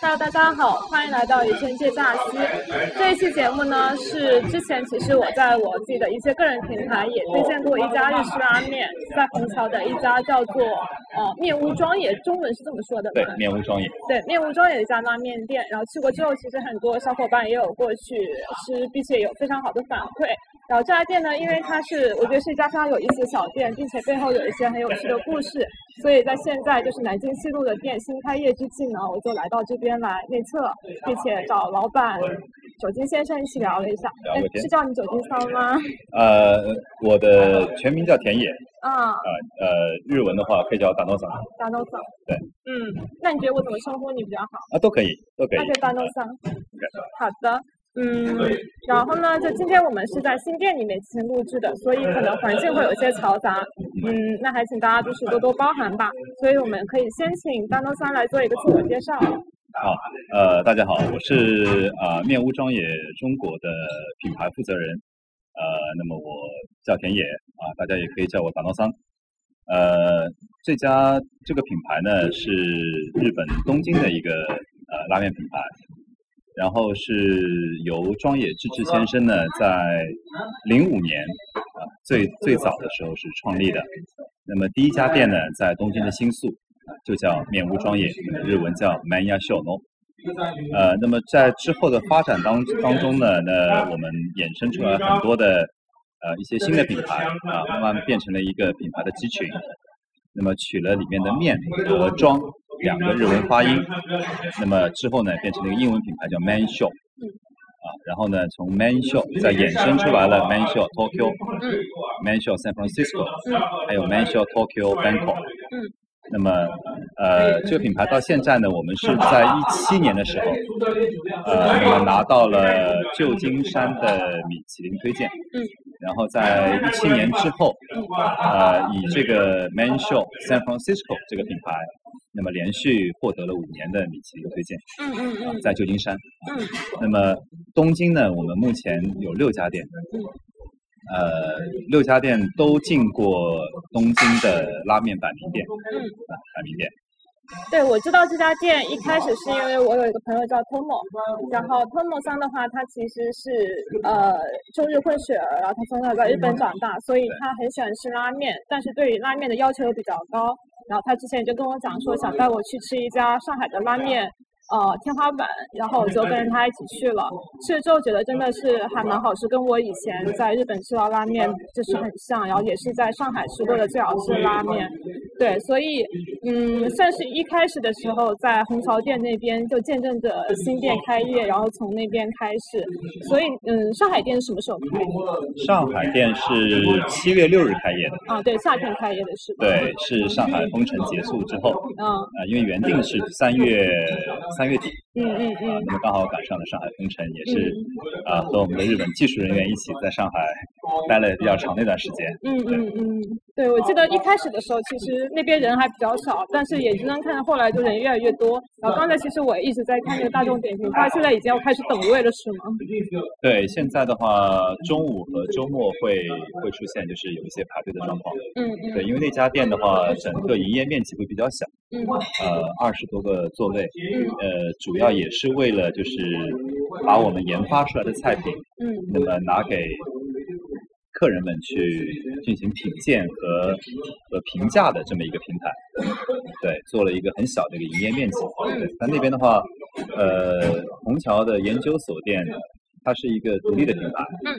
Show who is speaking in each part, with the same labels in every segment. Speaker 1: Hello，大家好，欢迎来到以轩界大西。这一期节目呢，是之前其实我在我自己的一些个人平台也推荐过一家日式拉面，在虹桥的一家叫做呃面屋庄野，中文是这么说的
Speaker 2: 对
Speaker 1: 吗，？
Speaker 2: 面无双也。
Speaker 1: 对，面屋庄也有一家拉面店，然后去过之后，其实很多小伙伴也有过去吃，并且有非常好的反馈。然后这家店呢，因为它是我觉得是一家非常有意思的小店，并且背后有一些很有趣的故事，所以在现在就是南京西路的店新开业之际呢，我就来到这边来内测，并且找老板酒精先生一起聊了一下。
Speaker 2: 聊
Speaker 1: 哎
Speaker 2: 过，天
Speaker 1: 是叫你酒精桑吗？
Speaker 2: 呃，我的全名叫田野，
Speaker 1: 啊，
Speaker 2: 啊呃，日文的话可以叫大诺桑啊，
Speaker 1: 大豆桑。
Speaker 2: 对。
Speaker 1: 嗯，那你觉得我怎么称呼你比较好？
Speaker 2: 都可以，都可以
Speaker 1: 那。就大豆桑。好的，嗯，然后呢，就今天我们是在新店里面进行录制的，所以可能环境会有一些嘈杂，嗯，那还请大家就是多多包涵吧。所以我们可以先请丹东三来做一个自我介绍。
Speaker 2: 好，呃，大家好，我是啊、呃面无庄也中国的品牌负责人，呃，那么我叫田野啊、大家也可以叫我大诺桑。呃，这家这个品牌呢是日本东京的一个呃拉面品牌，然后是由庄野智志先生呢在零五年啊、最最早的时候是创立的，那么第一家店呢在东京的新宿，就叫面无庄野，日文叫 Manya s h o n o 呃，那么在之后的发展当当中呢，那我们衍生出来很多的呃一些新的品牌啊，慢慢变成了一个品牌的基群。那么取了里面的面和庄两个日文发音，那么之后呢变成了一个英文品牌叫 Man Show。啊，然后呢，从 Man Show 再衍生出来了 Man Show Tokyo、Man Show San Francisco，、还有 Man Show Tokyo Bangkok。那么，呃，这个品牌到现在呢，我们是在一七年的时候，呃，我们拿到了旧金山的米其林推荐，
Speaker 1: 嗯，
Speaker 2: 然后在一七年之后，呃，以这个 Man Show San Francisco 这个品牌，那么连续获得了五年的米其林推荐，
Speaker 1: 嗯嗯
Speaker 2: 啊，在旧金山。
Speaker 1: 嗯
Speaker 2: 那么东京呢，我们目前有六家店，呃，六家店都进过东京的拉面板名店，
Speaker 1: 嗯
Speaker 2: 啊，板名店。
Speaker 1: 对，我知道这家店一开始是因为我有一个朋友叫 Tomo，然后 Tomo 桑的话，他其实是呃中日混血儿，然后他从小在日本长大，所以他很喜欢吃拉面，但是对于拉面的要求又比较高。然后他之前就跟我讲说，想带我去吃一家上海的拉面。呃，天花板，然后我就跟着他一起去了。去了之后觉得真的是还蛮好吃，跟我以前在日本吃到拉面就是很像，然后也是在上海吃过的最好吃的拉面。对，所以嗯，算是一开始的时候在虹桥店那边就见证着新店开业，然后从那边开始。所以嗯，上海店是什么时候开业？
Speaker 2: 上海店是七月六日开业的，
Speaker 1: 啊，对，夏天开业的是吧？
Speaker 2: 对，是上海封城结束之后，啊、
Speaker 1: 嗯
Speaker 2: 因为原定是三月三月底，
Speaker 1: 嗯嗯
Speaker 2: 啊、
Speaker 1: 嗯
Speaker 2: 那么刚好赶上了上海封城，也是啊、和我们的日本技术人员一起在上海待了比较长的一段时间。
Speaker 1: 嗯嗯嗯，对，我记得一开始的时候，其实那边人还比较少，但是也能看到后来就人越来越多。然后刚才其实我一直在看那个大众点评，它现在已经要开始等位了，是吗？
Speaker 2: 对，现在的话，中午和周末会会出现就是有一些排队的状况。
Speaker 1: 嗯
Speaker 2: 对，因为那家店的话，整个营业面积会比较小，
Speaker 1: 嗯嗯
Speaker 2: 呃，二十多个座位，呃，主要也是为了就是把我们研发出来的菜品，
Speaker 1: 嗯
Speaker 2: 那么拿给客人们去进行品鉴和和评价的这么一个平台。对，做了一个很小的一个营业面积。对，但那边的话，呃，虹桥的研究所店，它是一个独立的品牌，
Speaker 1: 嗯，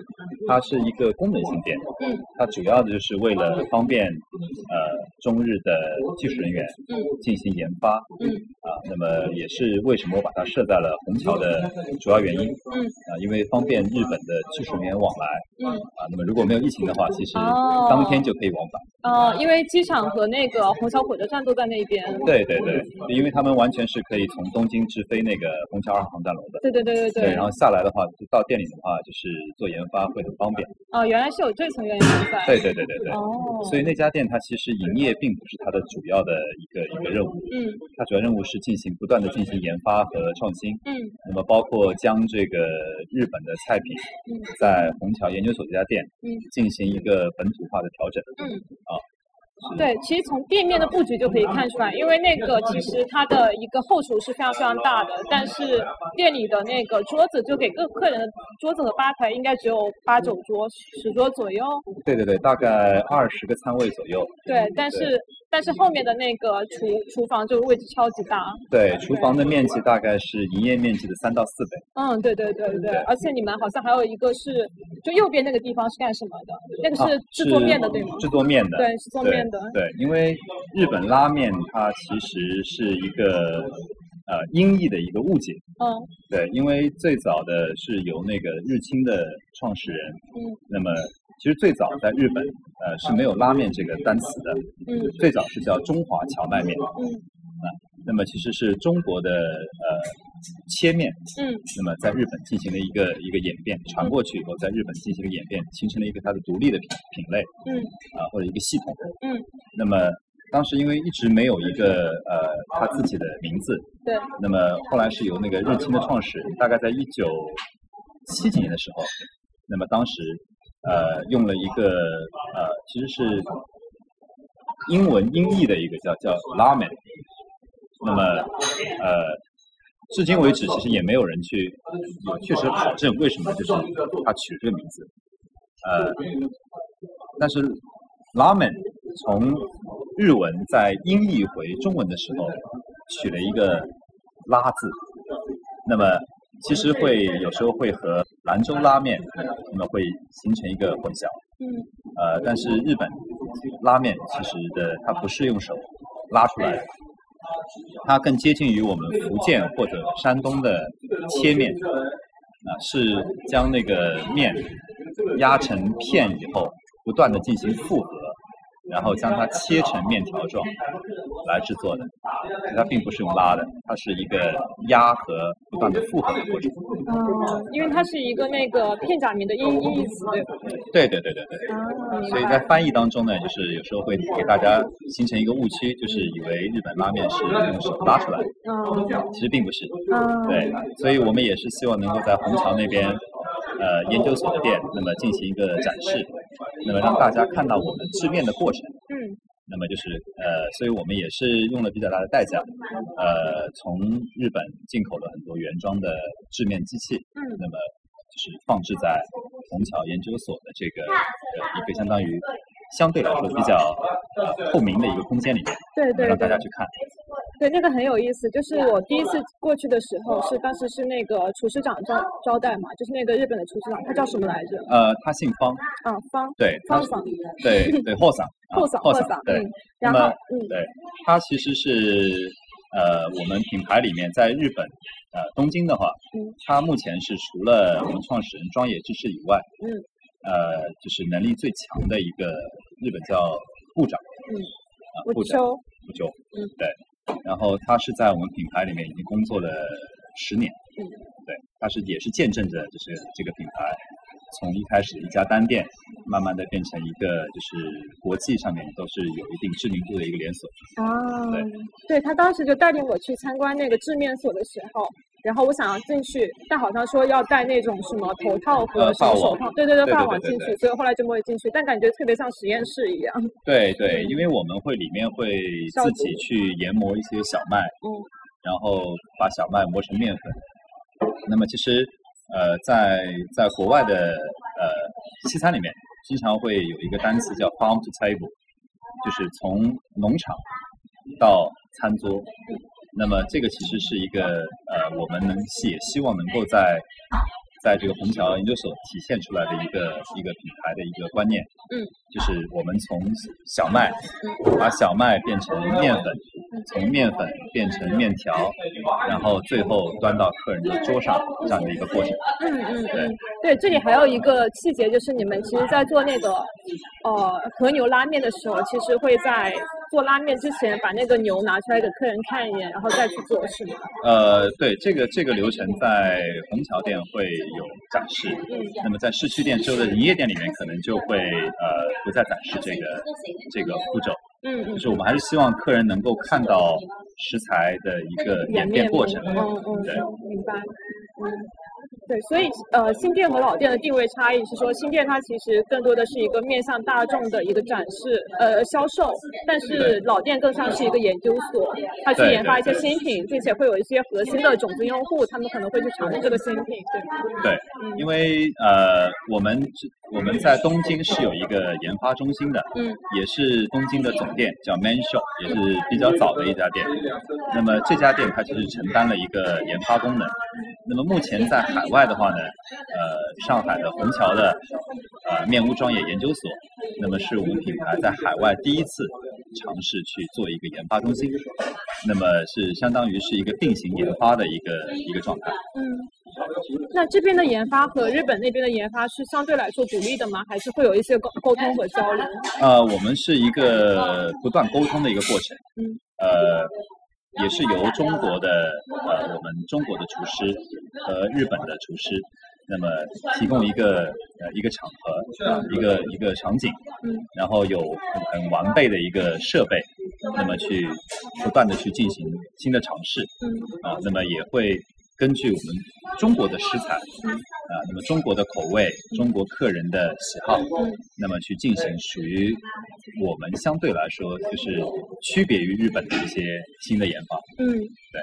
Speaker 2: 它是一个功能性店，
Speaker 1: 嗯，
Speaker 2: 它主要的就是为了方便呃中日的技术人员
Speaker 1: 嗯
Speaker 2: 进行研发，
Speaker 1: 嗯
Speaker 2: 啊，那么也是为什么我把它设在了虹桥的主要原因，
Speaker 1: 嗯
Speaker 2: 啊，因为方便日本的技术人员往来，
Speaker 1: 嗯。
Speaker 2: 啊，那么如果没有疫情的话，其实
Speaker 1: 哦
Speaker 2: 当天就可以往返。
Speaker 1: 呃，因为机场和那个虹桥火车站都在那边。
Speaker 2: 对对对，因为他们完全是可以从东京直飞那个虹桥二号航站楼的。
Speaker 1: 对对对对
Speaker 2: 然后下来的话，就到店里的话，就是做研发会很方便。
Speaker 1: 哦、原来是有这层原因在。
Speaker 2: 对对对对对。
Speaker 1: 哦。
Speaker 2: 所以那家店它其实营业并不是它的主要的一个一个任务，
Speaker 1: 嗯
Speaker 2: 它主要任务是进行不断的进行研发和创新。
Speaker 1: 嗯
Speaker 2: 那么包括将这个日本的菜品
Speaker 1: 嗯
Speaker 2: 在虹桥研究所这家店
Speaker 1: 嗯
Speaker 2: 进行一个本土化的调整。
Speaker 1: 嗯。对，其实从店面的布局就可以看出来，因为那个其实它的一个后厨是非常非常大的，但是店里的那个桌子就给各客人的桌子和吧台应该只有八九桌、十桌左右。
Speaker 2: 对对对，大概二十个餐位左右。
Speaker 1: 对，但是但是后面的那个厨厨房就位置超级大。
Speaker 2: 对，厨房的面积大概是营业面积的三到四倍。
Speaker 1: 嗯，对对对对，而且你们好像还有一个是，就右边那个地方是干什么的？那个是制作面的，
Speaker 2: 啊
Speaker 1: 对吗？
Speaker 2: 制作面的，
Speaker 1: 对，是做面的。
Speaker 2: 对，因为日本拉面它其实是一个呃音译的一个误解。
Speaker 1: 嗯
Speaker 2: 对，因为最早的是由那个日清的创始人，
Speaker 1: 嗯
Speaker 2: 那么其实最早在日本呃是没有拉面这个单词的，
Speaker 1: 嗯
Speaker 2: 最早是叫中华荞麦面，
Speaker 1: 嗯
Speaker 2: 那么其实是中国的呃切面，
Speaker 1: 嗯
Speaker 2: 那么在日本进行了一个一个演变，传过去以后在日本进行了演变，形成了一个它的独立的品品类
Speaker 1: 嗯
Speaker 2: 啊、或者一个系统。
Speaker 1: 嗯，
Speaker 2: 那么当时因为一直没有一个呃他自己的名字，
Speaker 1: 对，
Speaker 2: 那么后来是由那个日清的创始人，大概在一九七几年的时候，那么当时呃用了一个呃其实是英文音译的一个叫叫 ramen，那么呃至今为止其实也没有人去有确实考证为什么就是他取这个名字，呃但是 ramen 从日文在音译回中文的时候，取了一个“拉”字，那么其实会有时候会和兰州拉面，那么会形成一个混淆。
Speaker 1: 嗯。
Speaker 2: 呃，但是日本拉面其实的它不是用手拉出来的，它更接近于我们福建或者山东的切面，啊、是将那个面压成片以后，不断的进行复合，然后将它切成面条状来制作的，它并不是用拉的，它是一个压和不断的复合的过程。
Speaker 1: 嗯，因为它是一个那个片假名的
Speaker 2: 哦
Speaker 1: 音译词，对吧？
Speaker 2: 对对对对对。
Speaker 1: 啊，明
Speaker 2: 所以
Speaker 1: 白
Speaker 2: 在翻译当中呢，就是有时候会给大家形成一个误区，就是以为日本拉面是用手拉出来的，
Speaker 1: 嗯
Speaker 2: 其实并不是。
Speaker 1: 嗯，
Speaker 2: 对，所以我们也是希望能够在虹桥那边，呃，研究所的店，那么进行一个展示，那么让大家看到我们制面的过程。
Speaker 1: 嗯
Speaker 2: 那么就是呃，所以我们也是用了比较大的代价，呃，从日本进口了很多原装的制面机器，
Speaker 1: 嗯
Speaker 2: 那么就是放置在虹桥研究所的这个呃一个相当于相对来说比较呃透明的一个空间里面，
Speaker 1: 对
Speaker 2: 能
Speaker 1: 对
Speaker 2: 让大
Speaker 1: 对
Speaker 2: 家去看。
Speaker 1: 对，那个很有意思。就是我第一次过去的时候，是当时是那个厨师长招招待嘛，就是那个日本的厨师长，他叫什么来着？
Speaker 2: 呃，他姓方，
Speaker 1: 啊，方
Speaker 2: 对，他
Speaker 1: 方
Speaker 2: 是
Speaker 1: 桑，
Speaker 2: 对对霍桑，啊
Speaker 1: 后桑
Speaker 2: 霍
Speaker 1: 后
Speaker 2: 桑
Speaker 1: 桑，，
Speaker 2: 对
Speaker 1: 嗯，，然后
Speaker 2: 那么
Speaker 1: 嗯
Speaker 2: 对，它其实是呃，我们品牌里面在日本呃东京的话
Speaker 1: 嗯，
Speaker 2: 它目前是除了我们创始人庄野知世以外，
Speaker 1: 嗯，
Speaker 2: 呃，就是能力最强的一个日本叫部长，
Speaker 1: 嗯
Speaker 2: 啊，
Speaker 1: 我
Speaker 2: 部长
Speaker 1: 秋，
Speaker 2: 不久，
Speaker 1: 嗯，
Speaker 2: 对。然后他是在我们品牌里面已经工作了十年，
Speaker 1: 嗯，
Speaker 2: 对，他是也是见证着就是这个品牌从一开始的一家单店，慢慢的变成一个就是国际上面都是有一定知名度的一个连锁。
Speaker 1: 啊
Speaker 2: 对，
Speaker 1: 对他当时就带领我去参观那个制面所的时候，然后我想要进去，但好像说要戴那种什么头套和
Speaker 2: 呃
Speaker 1: 什么
Speaker 2: 发
Speaker 1: 手
Speaker 2: 网
Speaker 1: 套，对对对，
Speaker 2: 对
Speaker 1: 发
Speaker 2: 对
Speaker 1: 网
Speaker 2: 对
Speaker 1: 进
Speaker 2: 对
Speaker 1: 去，所以后来就没有进去，但感觉特别像实验室一样。
Speaker 2: 对对，因为我们会里面会
Speaker 1: 消
Speaker 2: 自
Speaker 1: 毒
Speaker 2: 己去研磨一些小麦，
Speaker 1: 嗯
Speaker 2: 然后把小麦磨成面粉。那么其实，呃，在在国外的呃西餐里面，经常会有一个单词叫 farm to table，就是从农场到餐桌。那么这个其实是一个呃，我们能希也希望能够在在这个虹桥研究所体现出来的一个一个品牌的一个观念。
Speaker 1: 嗯，
Speaker 2: 就是我们从小麦，把小麦变成面粉，从面粉变成面条，然后最后端到客人的桌上这样的一个过程。
Speaker 1: 嗯嗯
Speaker 2: 哦对
Speaker 1: 嗯，对，这里还有一个细节，就是你们其实，在做那个呃和牛拉面的时候，其实会在做拉面之前把那个牛拿出来给客人看一眼，然后再去做，是吗？
Speaker 2: 呃，对，这个这个流程在虹桥店会有展示，那么在市区店之后的营业店里面可能就会呃不再展示这个这个步骤，
Speaker 1: 嗯
Speaker 2: 就
Speaker 1: 嗯，
Speaker 2: 是我们还是希望客人能够看到食材的一个演变过程。
Speaker 1: 嗯嗯，
Speaker 2: 对，
Speaker 1: 明白。嗯，对，所以呃，新店和老店的定位差异是说，新店它其实更多的是一个面向大众的一个展示，呃，销售，但是
Speaker 2: 对
Speaker 1: 老店更像是一个研究所，它去
Speaker 2: 对
Speaker 1: 研发一些
Speaker 2: 对对
Speaker 1: 新品，并且会有一些核心的种子用户，他们可能会去尝试这个新品，对，
Speaker 2: 对，因为呃，我们之我们在东京是有一个研发中心的，
Speaker 1: 嗯，
Speaker 2: 也是东京的总店，叫 Man Shop，也是比较早的一家店。那么这家店它其实承担了一个研发功能。那么目前在海外的话呢，呃，上海的虹桥的呃面屋庄野研究所，那么是我们品牌在海外第一次尝试去做一个研发中心，那么是相当于是一个并行研发的一个一个状态。
Speaker 1: 嗯。那这边的研发和日本那边的研发是相对来说独立的吗？还是会有一些沟沟通和交流？嗯
Speaker 2: 呃，我们是一个不断沟通的一个过程，
Speaker 1: 嗯，
Speaker 2: 呃，也是由中国的呃我们中国的厨师和日本的厨师，那么提供一个呃一个场合，一个一个场景，
Speaker 1: 嗯，
Speaker 2: 然后有很很完备的一个设备，那么去不断的去进行新的尝试，
Speaker 1: 嗯
Speaker 2: 啊，那么也会根据我们中国的食材，啊，那么中国的口味、中国客人的喜好，那么去进行属于我们相对来说就是区别于日本的一些新的研发。
Speaker 1: 嗯，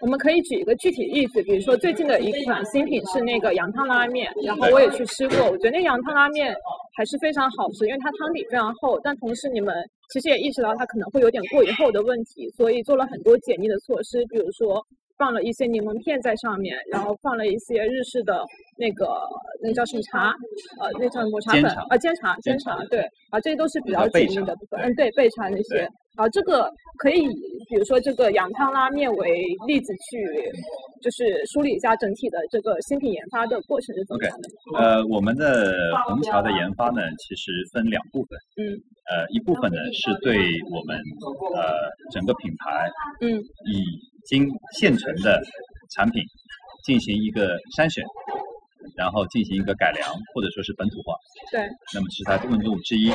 Speaker 1: 我们可以举一个具体例子，比如说最近的一款新品是那个羊汤拉面，然后我也去吃过，我觉得那羊汤拉面还是非常好吃，因为它汤底非常厚，但同时你们其实也意识到它可能会有点过于厚的问题，所以做了很多解腻的措施，比如说放了一些柠檬片在上面，然后放了一些日式的那个那叫什么茶，呃，那叫什么茶
Speaker 2: 煎
Speaker 1: 粉
Speaker 2: 茶
Speaker 1: 啊，煎茶，煎
Speaker 2: 煎
Speaker 1: 茶
Speaker 2: 茶，
Speaker 1: 对，啊，这都是比
Speaker 2: 比较
Speaker 1: 较
Speaker 2: 备
Speaker 1: 紧密
Speaker 2: 茶
Speaker 1: 的部分，
Speaker 2: 对
Speaker 1: 嗯，对，备茶那些
Speaker 2: 对。
Speaker 1: 然后这个可以以，比如说这个羊汤拉面为例子去，就是梳理一下整体的这个新品研发的过程是怎么
Speaker 2: OK
Speaker 1: 样的。
Speaker 2: 呃，我们的虹桥的研发呢，其实分两部分。
Speaker 1: 嗯
Speaker 2: 呃，一部分呢是对我们呃整个品牌
Speaker 1: 嗯
Speaker 2: 已经现成的产品进行一个筛选，然后进行一个改良或者说是本土化。
Speaker 1: 对，
Speaker 2: 那么是它的问度之一。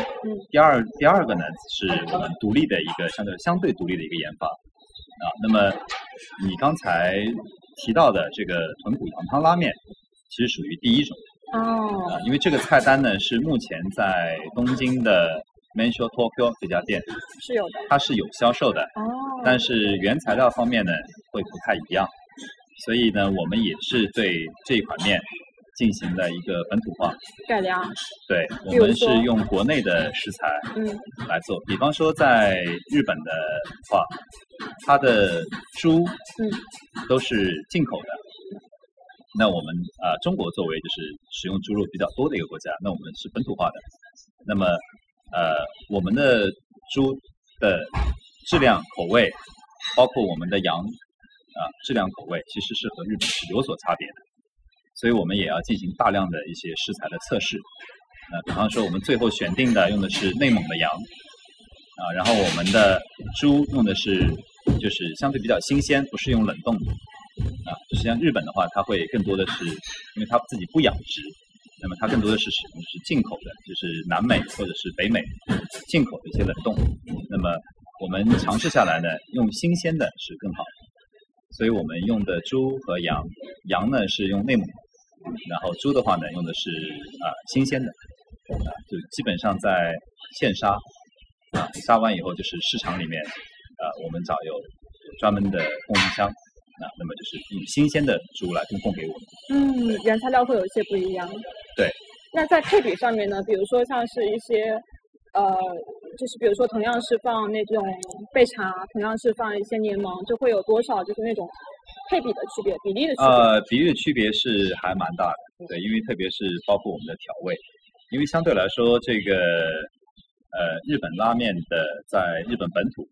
Speaker 2: 第二第二个呢是我们独立的一个相对相对独立的一个研发啊。那么你刚才提到的这个豚骨羊汤拉面，其实属于第一种
Speaker 1: 哦，
Speaker 2: 啊，因为这个菜单呢是目前在东京的 Mansho Tokyo 这家店
Speaker 1: 是有的。
Speaker 2: 它是有销售的，
Speaker 1: 哦，
Speaker 2: 但是原材料方面呢会不太一样，所以呢我们也是对这款面进行了一个本土化。
Speaker 1: 改良，
Speaker 2: 对，我
Speaker 1: 比如
Speaker 2: 们是
Speaker 1: 说
Speaker 2: 用国内的食材，
Speaker 1: 嗯
Speaker 2: 来做。比方说，在日本的话，它的猪
Speaker 1: 嗯
Speaker 2: 都是进口的。那我们啊、呃中国作为就是使用猪肉比较多的一个国家，那我们是本土化的。那么，呃，我们的猪的质量、口味，包括我们的羊啊、质量、口味，其实是和日本是有所差别的。所以我们也要进行大量的一些食材的测试。那比方说，我们最后选定的用的是内蒙的羊，啊，然后我们的猪用的是就是相对比较新鲜，不是用冷冻的，啊，实际上日本的话，它会更多的是因为它自己不养殖，那么它更多的是使用是进口的，就是南美或者是北美进口的一些冷冻。那么我们尝试下来呢，用新鲜的是更好，所以我们用的猪和羊，羊呢是用内蒙的，然后猪的话呢用的是啊、新鲜的，啊、就基本上在现杀，啊、杀完以后就是市场里面，啊、我们找有专门的供应商，啊、那么就是以新鲜的猪来供供给我们。
Speaker 1: 嗯，原材料会有一些不一样。
Speaker 2: 对。
Speaker 1: 那在配比上面呢，比如说像是一些，呃，就是比如说同样是放那种焙茶，同样是放一些柠檬，就会有多少就是那种配比的区别，比例的区别。
Speaker 2: 呃，比例区别是还蛮大的，对，因为特别是包括我们的调味，因为相对来说，这个呃日本拉面的在日本本土，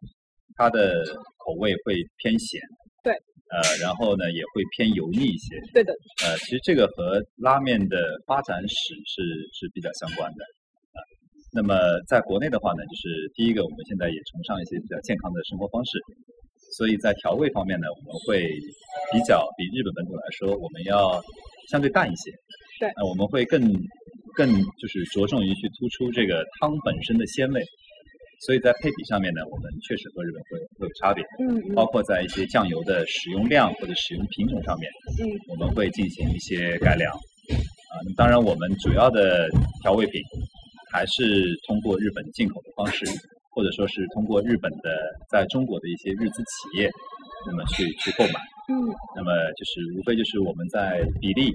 Speaker 2: 它的口味会偏咸，
Speaker 1: 对，
Speaker 2: 呃，然后呢也会偏油腻一些，
Speaker 1: 对的，
Speaker 2: 呃，其实这个和拉面的发展史是是比较相关的啊。那么在国内的话呢，就是第一个，我们现在也崇尚一些比较健康的生活方式，所以在调味方面呢，我们会比较比日本本土来说，我们要相对淡一些。
Speaker 1: 对
Speaker 2: 呃，我们会更更就是着重于去突出这个汤本身的鲜味，所以在配比上面呢，我们确实和日本会会有差别。
Speaker 1: 嗯嗯
Speaker 2: 包括在一些酱油的使用量或者使用品种上面，
Speaker 1: 嗯
Speaker 2: 我们会进行一些改良。啊。那么当然，我们主要的调味品还是通过日本进口的方式，或者说是通过日本的在中国的一些日资企业，那么去去购买。
Speaker 1: 嗯
Speaker 2: 那么就是无非就是我们在比例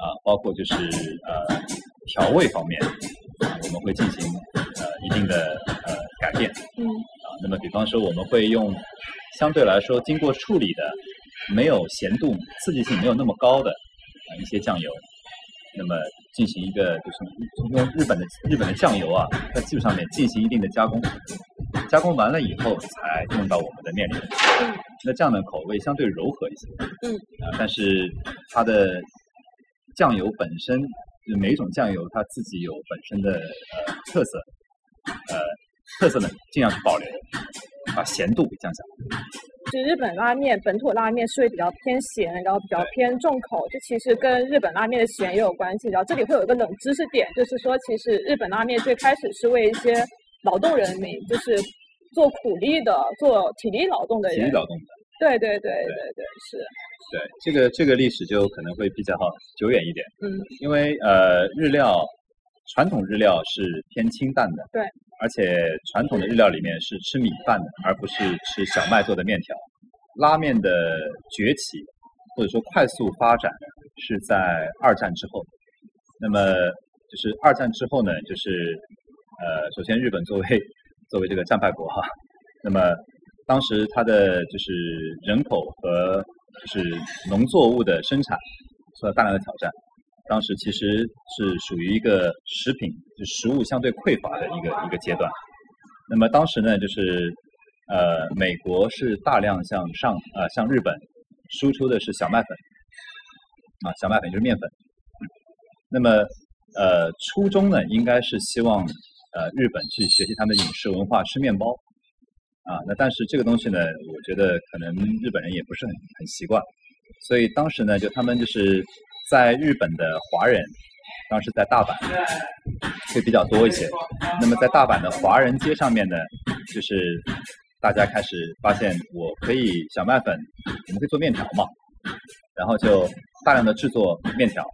Speaker 2: 啊、包括就是呃调味方面，啊我们会进行呃一定的呃改变。
Speaker 1: 嗯
Speaker 2: 啊。那么比方说，我们会用相对来说经过处理的、没有咸度、刺激性没有那么高的啊一些酱油，那么进行一个就是用日本的日本的酱油啊，在技术上面进行一定的加工，加工完了以后才用到我们的面里面。
Speaker 1: 嗯
Speaker 2: 那这样的口味相对柔和一些。
Speaker 1: 嗯
Speaker 2: 啊，但是它的酱油本身，就每一种酱油它自己有本身的呃特色，呃特色呢尽量去保留，把咸度给降下来。
Speaker 1: 就日本拉面本土拉面是会比较偏咸，然后比较偏重口，这其实跟日本拉面的咸也有关系。然后这里会有一个冷知识点，就是说其实日本拉面最开始是为一些劳动人民，就是做苦力的、做体力劳动的
Speaker 2: 体力
Speaker 1: 人。
Speaker 2: 劳动的，
Speaker 1: 对对对对对，是，
Speaker 2: 对这个这个历史就可能会比较久远一点，
Speaker 1: 嗯
Speaker 2: 因为呃日料传统日料是偏清淡的，
Speaker 1: 对，
Speaker 2: 而且传统的日料里面是吃米饭的，而不是吃小麦做的面条。拉面的崛起或者说快速发展是在二战之后。那么就是二战之后呢，就是呃，首先日本作为作为这个战败国哈、那么当时它的就是人口和就是农作物的生产受到大量的挑战。当时其实是属于一个食品就食物相对匮乏的一个一个阶段。那么当时呢，就是呃，美国是大量向上呃向日本输出的是小麦粉啊，小麦粉就是面粉。那么呃，初衷呢，应该是希望呃日本去学习他们的饮食文化，吃面包啊。那但是这个东西呢，我觉得可能日本人也不是很很习惯，所以当时呢，就他们就是在日本的华人，当时在大阪会比较多一些。那么在大阪的华人街上面呢，就是大家开始发现，我可以小麦粉，我们可以做面条嘛，然后就大量的制作面条，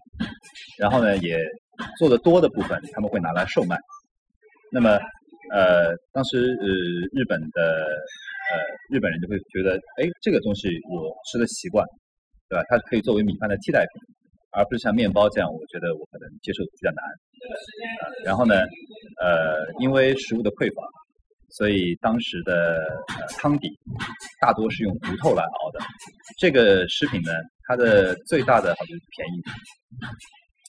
Speaker 2: 然后呢也做的多的部分，他们会拿来售卖。那么呃，当时呃日本的呃日本人就会觉得，哎，这个东西我吃的习惯，对吧？它可以作为米饭的替代品，而不是像面包这样，我觉得我可能接受比较难。然后呢，呃，因为食物的匮乏，所以当时的、呃、汤底大多是用骨头来熬的。这个食品呢，它的最大的好处就是便宜，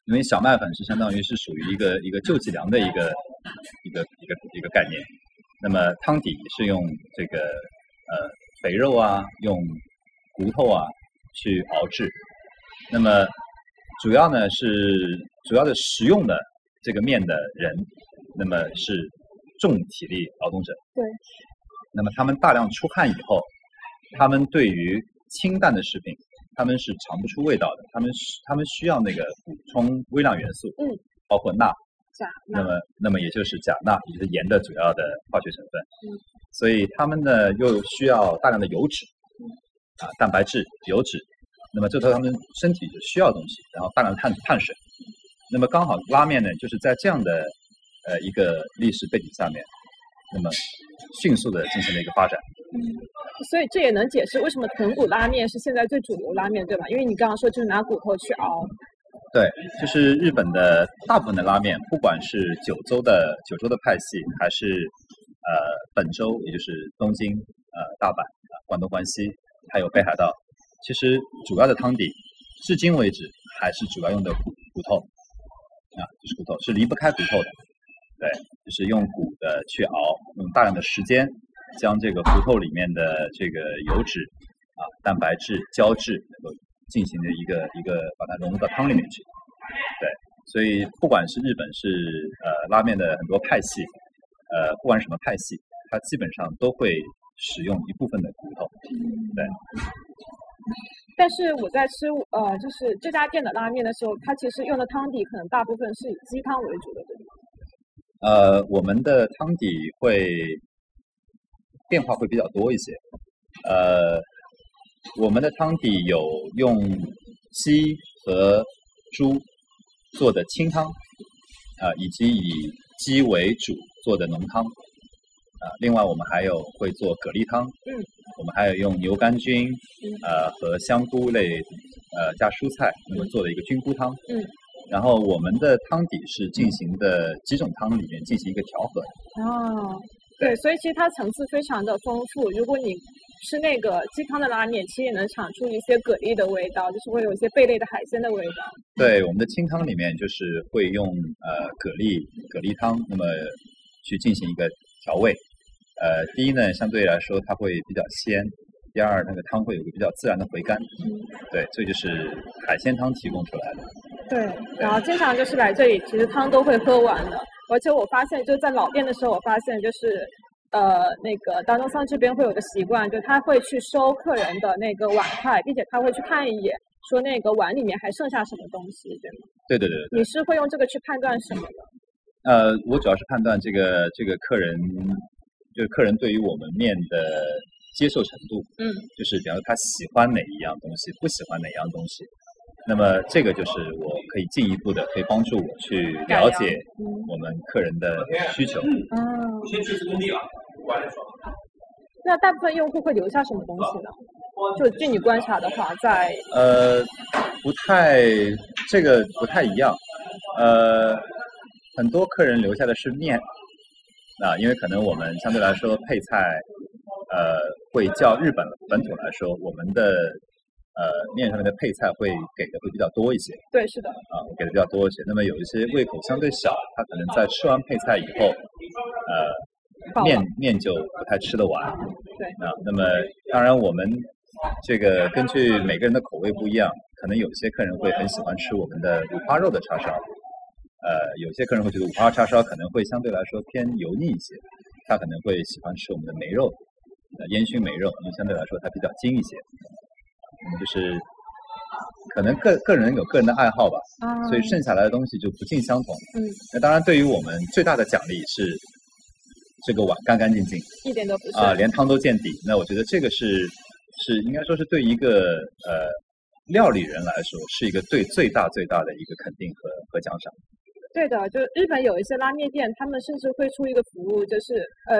Speaker 2: 因为小麦粉是相当于是属于一个一个救济粮的一个一个一个一个概念。那么汤底是用这个呃肥肉啊，用骨头啊去熬制。那么主要呢是主要的食用的这个面的人，那么是重体力劳动者。
Speaker 1: 对。
Speaker 2: 那么他们大量出汗以后，他们对于清淡的食品，他们是尝不出味道的，他们是他们需要那个补充微量元素，
Speaker 1: 嗯，
Speaker 2: 包括钠，
Speaker 1: 这样。
Speaker 2: 那么那么也就是钾钠，也就是盐的主要的化学成分。
Speaker 1: 嗯，
Speaker 2: 所以它们呢又需要大量的油脂，啊，蛋白质、油脂，那么这都是它们身体就需要的东西，然后大量的碳碳水。那么刚好拉面呢，就是在这样的呃一个历史背景下面，那么迅速的进行了一个发展。
Speaker 1: 所以这也能解释为什么豚骨拉面是现在最主流拉面，对吧？因为你刚刚说就是拿骨头去熬，
Speaker 2: 对，就是日本的大部分的拉面，不管是九州的九州的派系，还是呃本州，也就是东京、呃大阪、呃关东、关西，还有北海道，其实主要的汤底，至今为止还是主要用的骨骨头啊，就是骨头是离不开骨头的。对，就是用骨的去熬，用大量的时间将这个骨头里面的这个油脂啊、蛋白质、胶质能够进行的一个一个把它融入到汤里面去。对，所以不管是日本是呃拉面的很多派系，呃不管是什么派系，它基本上都会使用一部分的骨头。对，
Speaker 1: 但是我在吃呃就是这家店的拉面的时候，它其实用的汤底可能大部分是以鸡汤为主的，对吧？
Speaker 2: 呃，我们的汤底会变化会比较多一些。呃，我们的汤底有用鸡和猪做的清汤，啊，以及以鸡为主做的浓汤，啊，另外我们还有会做蛤蜊汤，
Speaker 1: 嗯，
Speaker 2: 我们还有用牛肝菌，呃和香菇类，呃加蔬菜，我们做了一个菌菇汤，
Speaker 1: 嗯，
Speaker 2: 然后我们的汤底是进行的几种汤里面进行一个调和，
Speaker 1: 哦，对，所以其实它层次非常的丰富。如果你吃那个鸡汤的拉面，其实也能尝出一些蛤蜊的味道，就是会有一些贝类的海鲜的味道。
Speaker 2: 对，我们的清汤里面就是会用呃蛤蜊蛤蜊汤，那么去进行一个调味。呃，第一呢，相对来说它会比较鲜；第二，那个汤会有个比较自然的回甘。对，这就是海鲜汤提供出来的。
Speaker 1: 对，然后经常就是来这里，其实汤都会喝完的。而且我发现，就在老店的时候，我发现就是，呃，那个达东桑这边会有个习惯，就他会去收客人的那个碗筷，并且他会去看一眼，说那个碗里面还剩下什么东西，对吗？
Speaker 2: 对对对对。
Speaker 1: 你是会用这个去判断什么的？
Speaker 2: 呃，我主要是判断这个这个客人，就是客人对于我们面的接受程度，
Speaker 1: 嗯，
Speaker 2: 就是比方说他喜欢哪一样东西，不喜欢哪样东西，那么这个就是我可以进一步的可以帮助我去
Speaker 1: 改
Speaker 2: 了
Speaker 1: 良
Speaker 2: 解
Speaker 1: 嗯
Speaker 2: 我们客人的需求。
Speaker 1: 啊
Speaker 3: 我，先去一次工地啊，完了说。
Speaker 1: 那大部分用户会留下什么东西呢？就据你观察的话，在
Speaker 2: 呃，不太，这个不太一样。呃，很多客人留下的是面，啊，因为可能我们相对来说配菜，呃，会较日本本土来说，我们的呃面上面的配菜会给的会比较多一些
Speaker 1: 对，是的，
Speaker 2: 啊，会给的比较多一些。那么有一些胃口相对小，他可能在吃完配菜以后，呃，
Speaker 1: 饱
Speaker 2: 面
Speaker 1: 了
Speaker 2: 面就不太吃得完。
Speaker 1: 对
Speaker 2: 啊，那么当然我们这个根据每个人的口味不一样，可能有些客人会很喜欢吃我们的五花肉的叉烧，呃，有些客人会觉得五花肉叉烧可能会相对来说偏油腻一些，他可能会喜欢吃我们的梅肉，呃，烟熏梅肉，因为相对来说它比较筋一些，嗯，就是可能个个人有个人的爱好吧，
Speaker 1: 啊
Speaker 2: 所以剩下来的东西就不尽相同。
Speaker 1: 嗯，
Speaker 2: 那当然，对于我们最大的奖励是这个碗干干净净
Speaker 1: 一点都不是
Speaker 2: 啊、连汤都见底。那我觉得这个是是应该说是对一个呃料理人来说是一个对最大最大的一个肯定和和奖赏。
Speaker 1: 对的，就日本有一些拉面店，他们甚至会出一个服务，就是呃，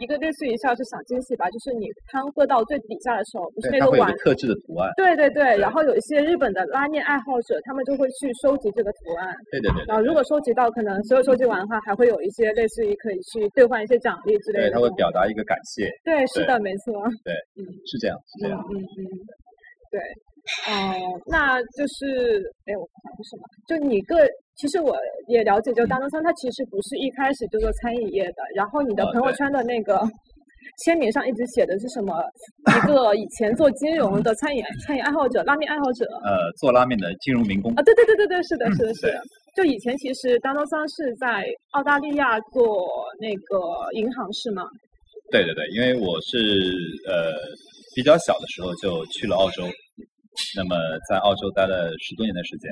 Speaker 1: 一个类似于像是小惊喜吧，就是你汤喝到最底下的时候，不是
Speaker 2: 对，
Speaker 1: 那
Speaker 2: 它
Speaker 1: 个
Speaker 2: 会有
Speaker 1: 碗
Speaker 2: 个。特制的图案。
Speaker 1: 对对对，然后有一些日本的拉面爱好者，他们就会去收集这个图案。
Speaker 2: 对对对
Speaker 1: 然后如
Speaker 2: 对，
Speaker 1: 果收集到，可能所有收集完的话，还会有一些类似于可以去兑换一些奖励之类
Speaker 2: 对，
Speaker 1: 的
Speaker 2: 它
Speaker 1: 东西。
Speaker 2: 会表达一个感谢，
Speaker 1: 对，是
Speaker 2: 对
Speaker 1: 的，没错。
Speaker 2: 是这样，是这
Speaker 1: 嗯
Speaker 2: 样。
Speaker 1: 嗯嗯，对，哦，那就是，哎，我想是什么？就你个，其实我也了解，就大东桑他其实不是一开始就做餐饮业的，然后你的
Speaker 2: 啊
Speaker 1: 朋友
Speaker 2: 对
Speaker 1: 圈的那个签名上一直写的是什么？一个以前做金融的餐饮餐饮爱好者、拉面爱好者
Speaker 2: 呃，做拉面的金融民工
Speaker 1: 嗯啊，，对对对对对，是的，是的，是
Speaker 2: 对
Speaker 1: 的。就以前其实大东桑是在澳大利亚做那个银行是吗？
Speaker 2: 对对对，因为我是呃比较小的时候就去了澳洲，那么在澳洲待了十多年的时间，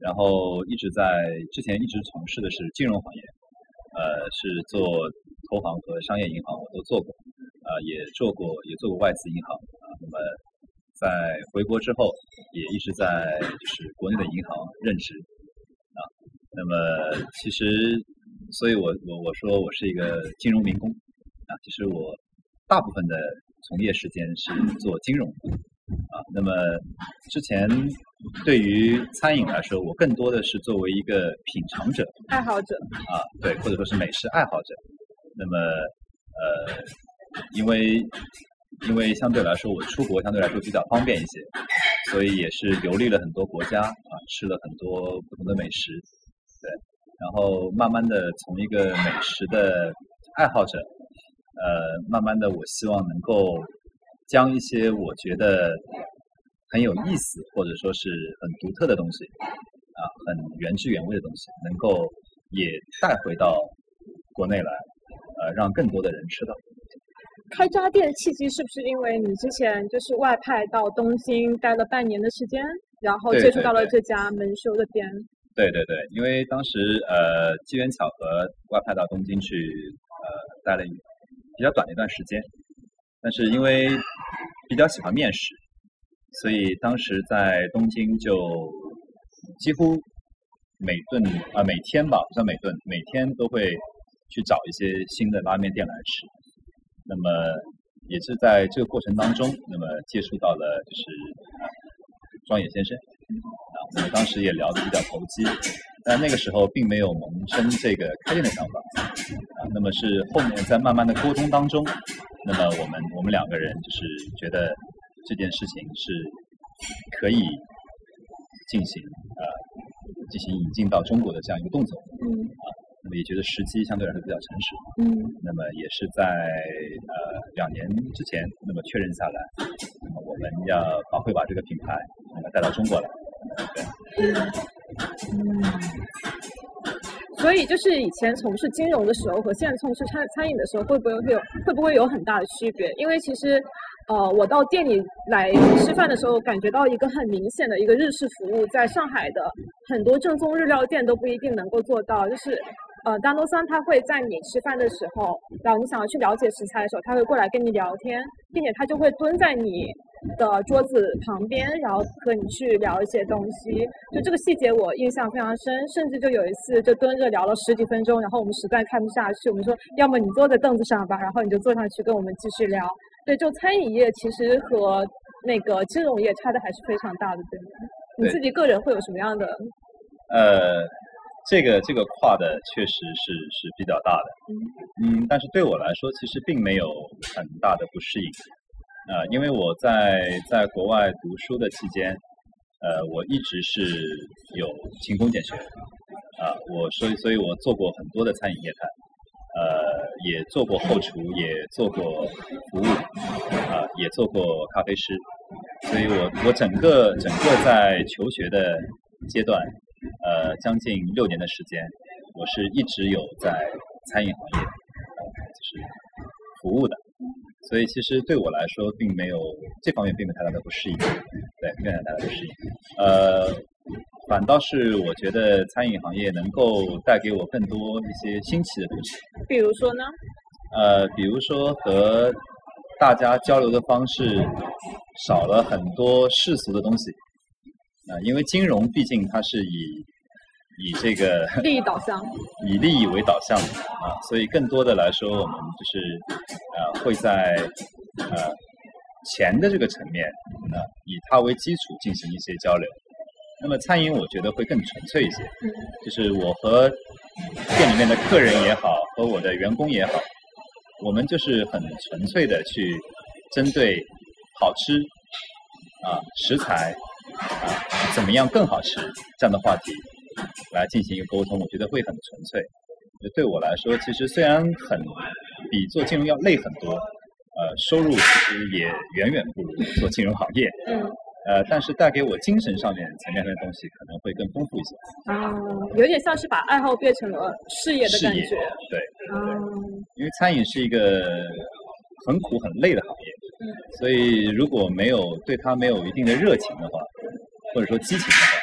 Speaker 2: 然后一直在之前一直从事的是金融行业，呃是做投行和商业银行我都做过，啊、也做过也做过外资银行啊、那么在回国之后也一直在就是国内的银行任职，啊那么其实，所以我我我说我是一个金融民工啊，其实我大部分的从业时间是做金融的啊。那么之前对于餐饮来说，我更多的是作为一个品尝者
Speaker 1: 爱好者，
Speaker 2: 啊，对，或者说是美食爱好者。那么呃，因为因为相对来说我出国相对来说比较方便一些，所以也是游历了很多国家啊，吃了很多不同的美食，对，然后慢慢的从一个美食的爱好者，呃，慢慢的我希望能够将一些我觉得很有意思或者说是很独特的东西啊，很原汁原味的东西，能够也带回到国内来，呃，让更多的人吃到。
Speaker 1: 开这家店的契机是不是因为你之前就是外派到东京待了半年的时间，然后
Speaker 2: 对
Speaker 1: 接触
Speaker 2: 对
Speaker 1: 到了
Speaker 2: 对
Speaker 1: 这家门修的店？
Speaker 2: 对对对，因为当时呃机缘巧合外派到东京去呃待了一比较短的一段时间，但是因为比较喜欢面食，所以当时在东京就几乎每顿啊、每天吧，不算每顿，每天都会去找一些新的拉面店来吃。那么也是在这个过程当中，那么接触到了就是呃庄野先生啊，我们当时也聊得比较投机，但那个时候并没有萌生这个开店的想法啊。那么是后面在慢慢的沟通当中，那么我们我们两个人就是觉得这件事情是可以进行啊、进行引进到中国的这样一个动作
Speaker 1: 嗯
Speaker 2: 啊。那么也觉得时机相对来说比较成熟，
Speaker 1: 嗯
Speaker 2: 那么也是在呃两年之前，那么确认下来，那么我们要把会把这个品牌那么带到中国来。
Speaker 1: 嗯。所以就是以前从事金融的时候和现在从事餐餐饮的时候，会不会会有会不会有很大的区别？因为其实，呃，我到店里来吃饭的时候，感觉到一个很明显的一个日式服务，在上海的很多正宗日料店都不一定能够做到，就是。呃，丹东桑他会在你吃饭的时候，然后你想要去了解食材的时候，他会过来跟你聊天，并且他就会蹲在你的桌子旁边，然后和你去聊一些东西。就这个细节我印象非常深，甚至就有一次就蹲着聊了十几分钟，然后我们实在看不下去，我们说要么你坐在凳子上吧，然后你就坐上去跟我们继续聊。对，就餐饮业其实和那个金融业差的还是非常大的，对吗？你
Speaker 2: 对
Speaker 1: 自己个人会有什么样的？
Speaker 2: 呃，这个这个跨的确实是是比较大的，嗯，但是对我来说其实并没有很大的不适应，呃，因为我在在国外读书的期间，呃，我一直是有勤工俭学，啊、我所以所以我做过很多的餐饮业态。呃，也做过后厨，也做过服务，啊、也做过咖啡师，所以我我整个整个在求学的阶段，呃，将近六年的时间，我是一直有在餐饮行业，呃就是服务的，所以其实对我来说，并没有这方面并没有太大的不适应，对，并没有太大的不适应，呃，反倒是我觉得餐饮行业能够带给我更多一些新奇的东西，
Speaker 1: 比如说呢？
Speaker 2: 呃，比如说和大家交流的方式少了很多世俗的东西，啊、因为金融毕竟它是以以这个
Speaker 1: 利益导向。
Speaker 2: 以利益为导向的啊，所以更多的来说，我们就是呃会在呃钱的这个层面啊、以它为基础进行一些交流。那么餐饮，我觉得会更纯粹一些，就是我和店里面的客人也好，和我的员工也好，我们就是很纯粹的去针对好吃啊、食材啊、怎么样更好吃这样的话题来进行一个沟通，我觉得会很纯粹。就对我来说，其实虽然很比做金融要累很多，呃，收入其实也远远不如做金融行业，
Speaker 1: 嗯
Speaker 2: 呃，但是带给我精神上面层面上的东西可能会更丰富一些。
Speaker 1: 啊，
Speaker 2: 哦
Speaker 1: 有点像是把爱好变成了事业的
Speaker 2: 视
Speaker 1: 感
Speaker 2: 野
Speaker 1: 觉。
Speaker 2: 对，
Speaker 1: 啊，
Speaker 2: 因为餐饮是一个很苦很累的行业，
Speaker 1: 嗯
Speaker 2: 所以如果没有对它没有一定的热情的话，或者说激情的话，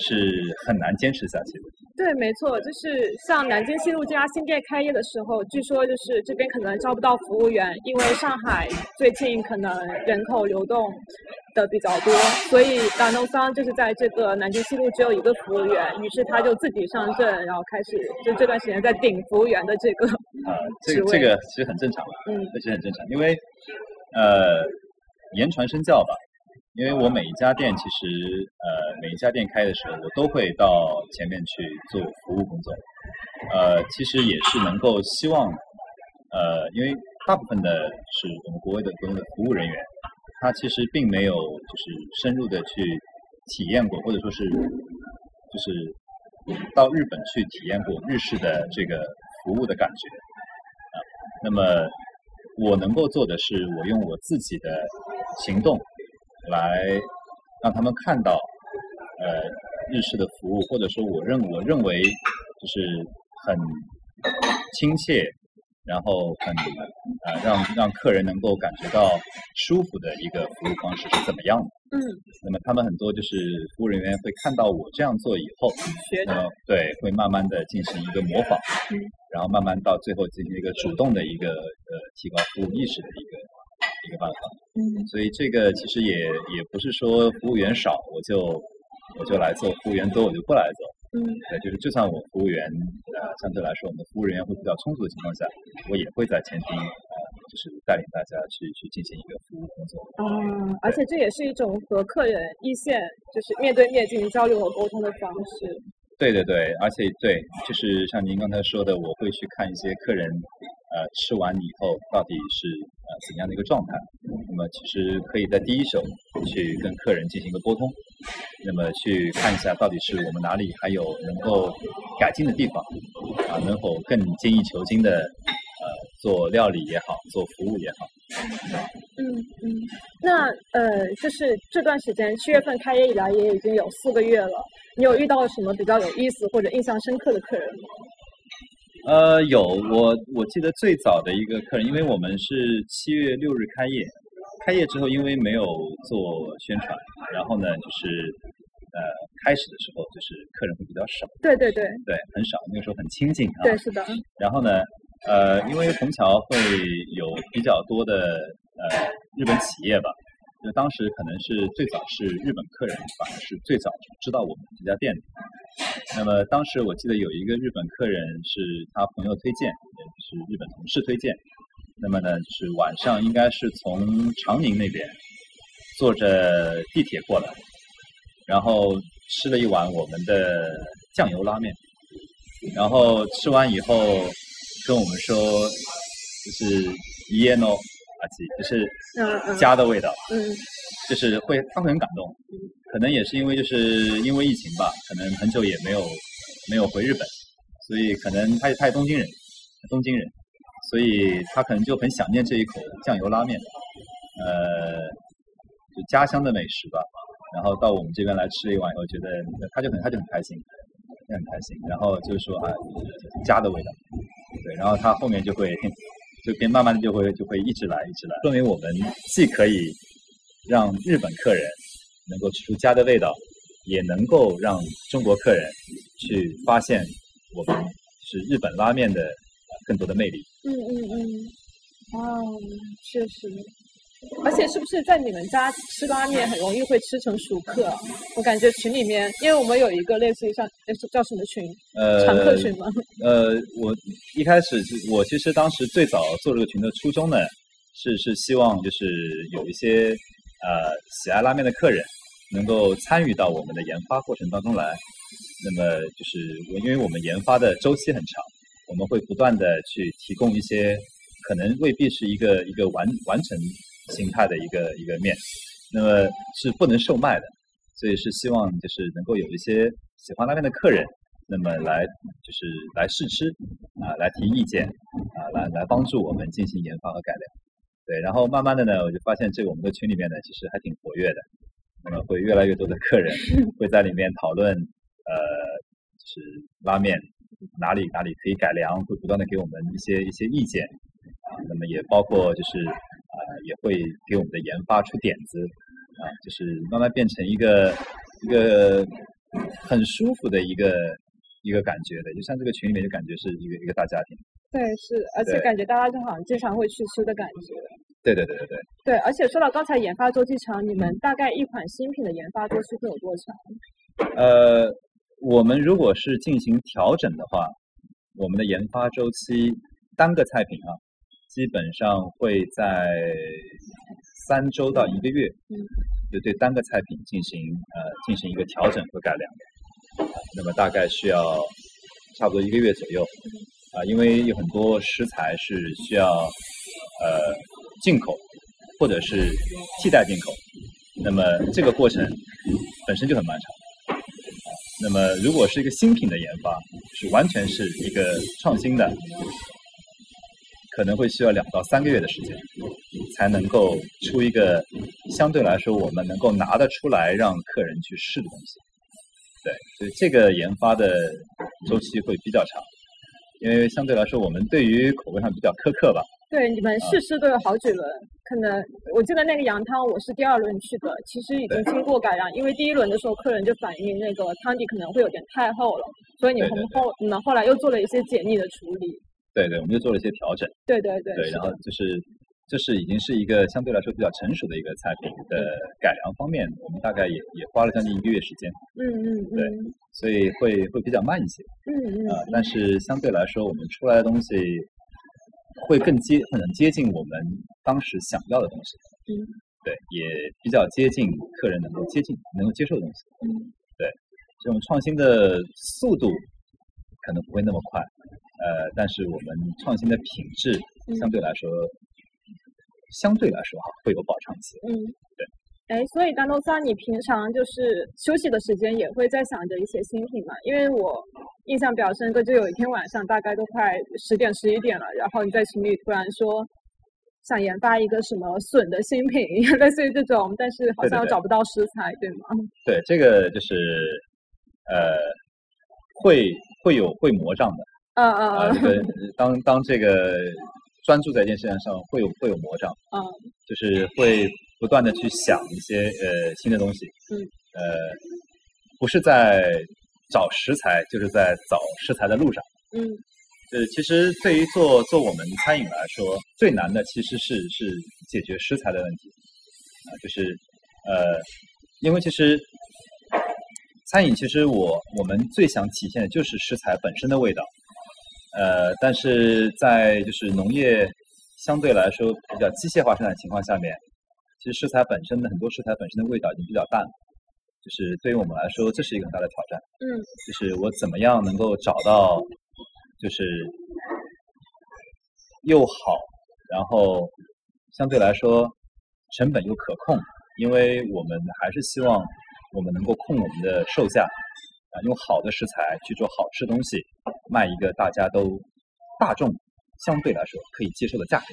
Speaker 2: 是很难坚持下去的。
Speaker 1: 对，没错，就是像南京西路这家新店开业的时候，据说就是这边可能招不到服务员，因为上海最近可能人口流动的比较多，所以达农桑就是在这个南京西路只有一个服务员，于是他就自己上阵，然后开始就这段时间在顶服务员的这个，
Speaker 2: 啊，这
Speaker 1: 职
Speaker 2: 个
Speaker 1: 位
Speaker 2: 这个其实很正常，啊
Speaker 1: 嗯
Speaker 2: 这其实很正常，因为呃，言传身教吧。因为我每一家店其实呃每一家店开的时候，我都会到前面去做服务工作，呃，其实也是能够希望呃，因为大部分的是我们国内的国内的服务人员，他其实并没有就是深入的去体验过，或者说是就是到日本去体验过日式的这个服务的感觉啊。那么我能够做的是，我用我自己的行动来让他们看到，呃，日式的服务，或者说我认我认为就是很亲切，然后很啊、让让客人能够感觉到舒服的一个服务方式是怎么样的。
Speaker 1: 嗯，
Speaker 2: 那么他们很多就是服务人员会看到我这样做以后，
Speaker 1: 学
Speaker 2: 那
Speaker 1: 长，
Speaker 2: 么呃对会慢慢的进行一个模仿
Speaker 1: 嗯，
Speaker 2: 然后慢慢到最后进行一个主动的一个呃提高服务意识的一个一个办法。
Speaker 1: 嗯
Speaker 2: 所以这个其实也也不是说服务员少我就我就来做，服务员多我就不来做。
Speaker 1: 嗯
Speaker 2: 对，就是就算我服务员呃相对来说我们服务人员会比较充足的情况下，我也会在前厅呃就是带领大家去去进行一个服务工作。
Speaker 1: 啊，而且这也是一种和客人一线就是面对面进行交流和沟通的方式。
Speaker 2: 对对对，而且对，就是像您刚才说的，我会去看一些客人，呃，吃完以后到底是呃怎样的一个状态。那么其实可以在第一手去跟客人进行一个沟通，那么去看一下到底是我们哪里还有能够改进的地方，啊，能否更精益求精的呃做料理也好，做服务也好。
Speaker 1: 嗯嗯，那呃，就是这段时间七月份开业以来也已经有四个月了，你有遇到什么比较有意思或者印象深刻的客人吗？
Speaker 2: 呃，有我我记得最早的一个客人，因为我们是七月六日开业，开业之后因为没有做宣传，然后呢就是呃开始的时候就是客人会比较少，
Speaker 1: 对对对，
Speaker 2: 对，很少，那个时候很清静啊。
Speaker 1: 对是的，
Speaker 2: 然后呢，呃，因为虹桥会有比较多的呃日本企业吧，就当时可能是最早是日本客人反而是最早知道我们这家店的。那么当时我记得有一个日本客人是他朋友推荐，也是日本同事推荐。那么呢，就是晚上应该是从长宁那边坐着地铁过来，然后吃了一碗我们的酱油拉面。然后吃完以后跟我们说，就是耶诺阿吉，就是
Speaker 1: 嗯嗯
Speaker 2: 家的味道，
Speaker 1: 嗯
Speaker 2: 就是会他会很感动，可能也是因为就是因为疫情吧，可能很久也没有没有回日本，所以可能他也他也东京人，东京人，所以他可能就很想念这一口酱油拉面，呃，就家乡的美食吧。然后到我们这边来吃了一碗以后，觉得他就很他就很开心，他很开心。然后就说啊，家的味道，对。然后他后面就会就跟慢慢的就会就会一直来一直来，说明我们既可以让日本客人能够吃出家的味道，也能够让中国客人去发现我们是日本拉面的呃更多的魅力。
Speaker 1: 嗯嗯嗯，哦，确实。而且是不是在你们家吃拉面很容易会吃成熟客啊？我感觉群里面，因为我们有一个类似于像呃叫什么群，
Speaker 2: 呃，
Speaker 1: 常客群吗？
Speaker 2: 呃，我一开始就我其实当时最早做这个群的初衷呢，是是希望就是有一些呃喜爱拉面的客人能够参与到我们的研发过程当中来。那么就是我因为我们研发的周期很长，我们会不断的去提供一些可能未必是一个一个完完成形态的一个一个面，那么是不能售卖的。所以是希望就是能够有一些喜欢拉面的客人，那么来就是来试吃啊、来提意见啊、来来帮助我们进行研发和改良。对，然后慢慢的呢，我就发现这个我们的群里面呢，其实还挺活跃的，那么会越来越多的客人会在里面讨论，呃，就是拉面哪里哪里可以改良，会不断的给我们一些一些意见啊，那么也包括就是啊、也会给我们的研发出点子，啊，就是慢慢变成一个一个很舒服的一个一个感觉的，就像这个群里面就感觉是一个一个大家庭。
Speaker 1: 对，是，而且
Speaker 2: 对
Speaker 1: 感觉大家就好像经常会去吃的感觉。
Speaker 2: 对对对对对，
Speaker 1: 对，而且说到刚才研发周期长，你们大概一款新品的研发周期会有多长？
Speaker 2: 呃，我们如果是进行调整的话，我们的研发周期单个菜品啊，基本上会在三周到一个月，就对单个菜品进行呃进行一个调整和改良。那么大概需要差不多一个月左右啊、因为有很多食材是需要呃进口或者是替代进口，那么这个过程本身就很漫长。那么，如果是一个新品的研发，是完全是一个创新的，可能会需要两到三个月的时间，才能够出一个相对来说我们能够拿得出来让客人去试的东西。对，所以这个研发的周期会比较长，因为相对来说我们对于口味上比较苛刻吧。
Speaker 1: 对，你们
Speaker 2: 啊
Speaker 1: 试吃都有好几轮，可能我记得那个羊汤我是第二轮去的，其实已经经过改良，因为第一轮的时候客人就反映那个汤底可能会有点太厚了，所以你
Speaker 2: 对
Speaker 1: 们
Speaker 2: 对
Speaker 1: 后你们后来又做了一些解腻的处理。
Speaker 2: 对对，我们就做了一些调整。
Speaker 1: 对对对，
Speaker 2: 对，
Speaker 1: 是
Speaker 2: 然
Speaker 1: 的
Speaker 2: 后就是这是已经是一个相对来说比较成熟的一个菜品的改良方面，我们大概也也花了将近一个月时间，
Speaker 1: 嗯嗯嗯
Speaker 2: 对所以会会比较慢一些
Speaker 1: 嗯嗯
Speaker 2: 啊、但是相对来说，我们出来的东西会更接很接近我们当时想要的东西，
Speaker 1: 嗯
Speaker 2: 对，也比较接近客人能够接近能够接受的东西。
Speaker 1: 嗯
Speaker 2: 这种创新的速度可能不会那么快，呃，但是我们创新的品质
Speaker 1: 嗯
Speaker 2: 相对来说，相对来说哈会有保障期。
Speaker 1: 嗯，对。哎，所以丹东桑，你平常就是休息的时间也会在想着一些新品嘛？因为我印象比较深刻，就有一天晚上大概都快十点十一点了，然后你在群里突然说想研发一个什么笋的新品， 类似于这种，但是好
Speaker 2: 对对
Speaker 1: 像又
Speaker 2: 对
Speaker 1: 找不到食材，对吗？
Speaker 2: 对，这个就是呃，会会有会魔障的
Speaker 1: 嗯嗯
Speaker 2: 啊、这个当当这个专注在一件事情上，会有会有魔障，
Speaker 1: 嗯
Speaker 2: 就是会不断的去想一些呃新的东西，
Speaker 1: 嗯，
Speaker 2: 呃，不是在找食材，就是在找食材的路上。
Speaker 1: 嗯
Speaker 2: 呃，其实对于做做我们餐饮来说，最难的其实是是解决食材的问题啊、就是呃，因为其实餐饮其实我我们最想体现的就是食材本身的味道，呃，但是在就是农业相对来说比较机械化生产情况下面，其实食材本身的很多食材本身的味道已经比较淡了，就是对于我们来说，这是一个很大的挑战。
Speaker 1: 嗯
Speaker 2: 就是我怎么样能够找到，就是又好，然后相对来说成本又可控，因为我们还是希望我们能够控我们的售价，啊，用好的食材去做好吃的东西，卖一个大家都大众相对来说可以接受的价格，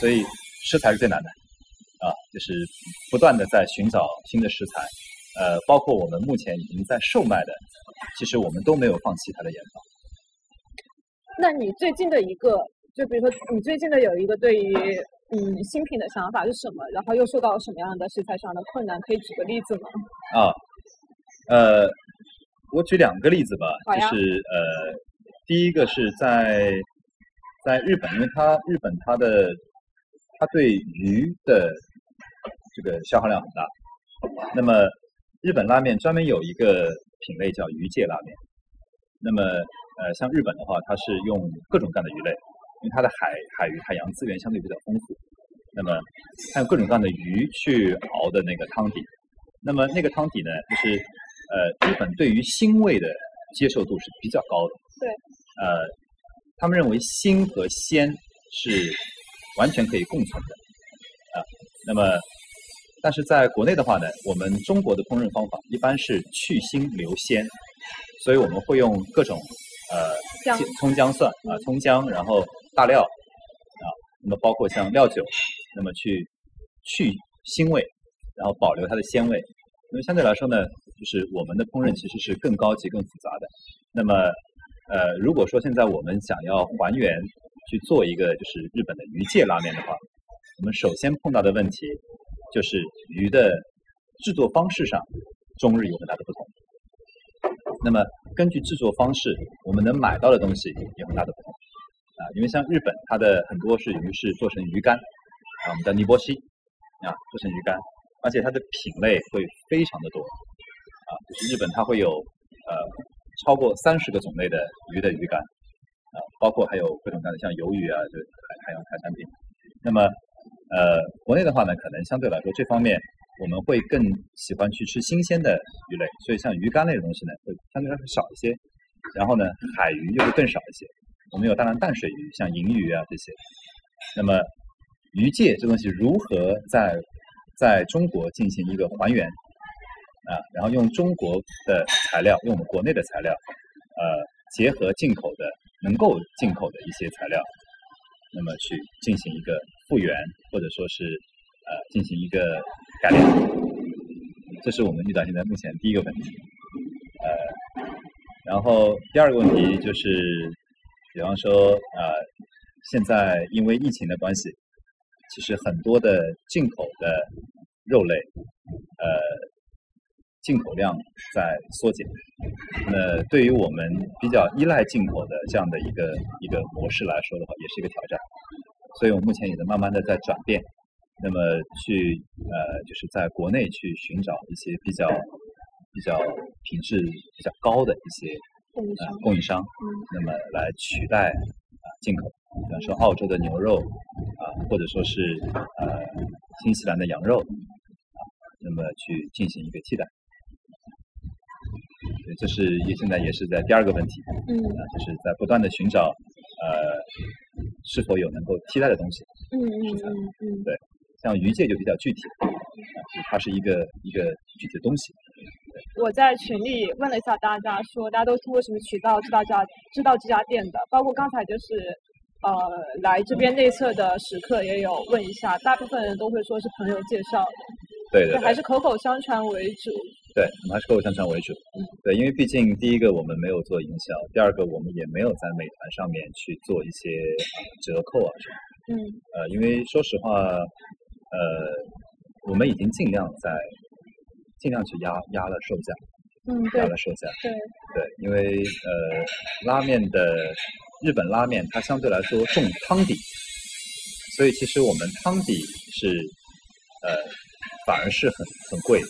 Speaker 2: 所以食材是最难的，啊，就是不断的在寻找新的食材。呃，包括我们目前已经在售卖的，其实我们都没有放弃它的研发。
Speaker 1: 那你最近的一个，就比如说你最近的有一个对于嗯新品的想法是什么？然后又受到了什么样的食材上的困难？可以举个例子吗？
Speaker 2: 啊，呃，我举两个例子吧，
Speaker 1: 好呀
Speaker 2: 就是呃，第一个是在在日本，因为它日本它的它对鱼的这个消耗量很大，那么日本拉面专门有一个品类叫鱼介拉面，那么呃，像日本的话，它是用各种各样的鱼类，因为它的海海域海洋资源相对比较丰富，那么它用各种各样的鱼去熬的那个汤底。那么那个汤底呢，就是呃，日本对于腥味的接受度是比较高的。
Speaker 1: 对。
Speaker 2: 呃，他们认为腥和鲜是完全可以共存的啊、那么，但是在国内的话呢，我们中国的烹饪方法一般是去腥留鲜，所以我们会用各种呃
Speaker 1: 姜
Speaker 2: 葱姜蒜啊、
Speaker 1: 嗯
Speaker 2: 葱姜，然后大料啊，那么包括像料酒，那么去去腥味，然后保留它的鲜味。那么相对来说呢，就是我们的烹饪其实是更高级、更复杂的。那么，呃，如果说现在我们想要还原去做一个就是日本的鱼介拉面的话，我们首先碰到的问题就是鱼的制作方式上中日有很大的不同。那么根据制作方式，我们能买到的东西有很大的不同啊，因为像日本它的很多是鱼是做成鱼干啊，我们叫尼波西啊，做成鱼干，而且它的品类会非常的多啊，就是日本它会有呃超过三十个种类的鱼的鱼干啊，包括还有各种各样的像鱿鱼啊，就是海海洋海产品。那么呃，国内的话呢，可能相对来说这方面我们会更喜欢去吃新鲜的鱼类，所以像鱼干类的东西呢，会相对来说少一些。然后呢，海鱼又会更少一些。我们有大量淡水鱼，像银鱼啊这些。那么鱼介这东西如何在在中国进行一个还原啊？然后用中国的材料，用我们国内的材料，呃，结合进口的能够进口的一些材料，那么去进行一个复原，或者说是呃进行一个改良。这是我们遇到现在目前第一个问题。呃，然后第二个问题就是，比方说呃，现在因为疫情的关系，其实很多的进口的肉类，呃，进口量在缩减。那对于我们比较依赖进口的这样的一个一个模式来说的话，也是一个挑战。所以我目前也在慢慢的在转变，那么去呃就是在国内去寻找一些比较比较品质比较高的一些
Speaker 1: 供应商
Speaker 2: 呃供应商，那么来取代啊、进口，比方说澳洲的牛肉啊、或者说是呃新西兰的羊肉啊、那么去进行一个替代。对，这是也现在也是在第二个问题。
Speaker 1: 嗯
Speaker 2: 啊，就是在不断的寻找呃是否有能够替代的东西。
Speaker 1: 嗯嗯嗯嗯
Speaker 2: 对，像鱼界就比较具体，啊就是它是一个一个具体的东西。
Speaker 1: 我在群里问了一下大家说，大家都通过什么渠道知道这家知道这家店的？包括刚才就是呃来这边内测的食客也有问一下，大部分人都会说是朋友介绍的，
Speaker 2: 对对
Speaker 1: 就还
Speaker 2: 对
Speaker 1: 是口口相传为主。
Speaker 2: 对，我们还是购物商城为主。
Speaker 1: 嗯
Speaker 2: 对，因为毕竟第一个我们没有做营销，第二个我们也没有在美团上面去做一些呃折扣啊什么
Speaker 1: 嗯
Speaker 2: 的。呃，因为说实话，呃，我们已经尽量在尽量去压压了售价，
Speaker 1: 嗯，对
Speaker 2: 压了售价。
Speaker 1: 对，
Speaker 2: 对，因为呃，拉面的日本拉面它相对来说重汤底，所以其实我们汤底是呃反而是很很贵的，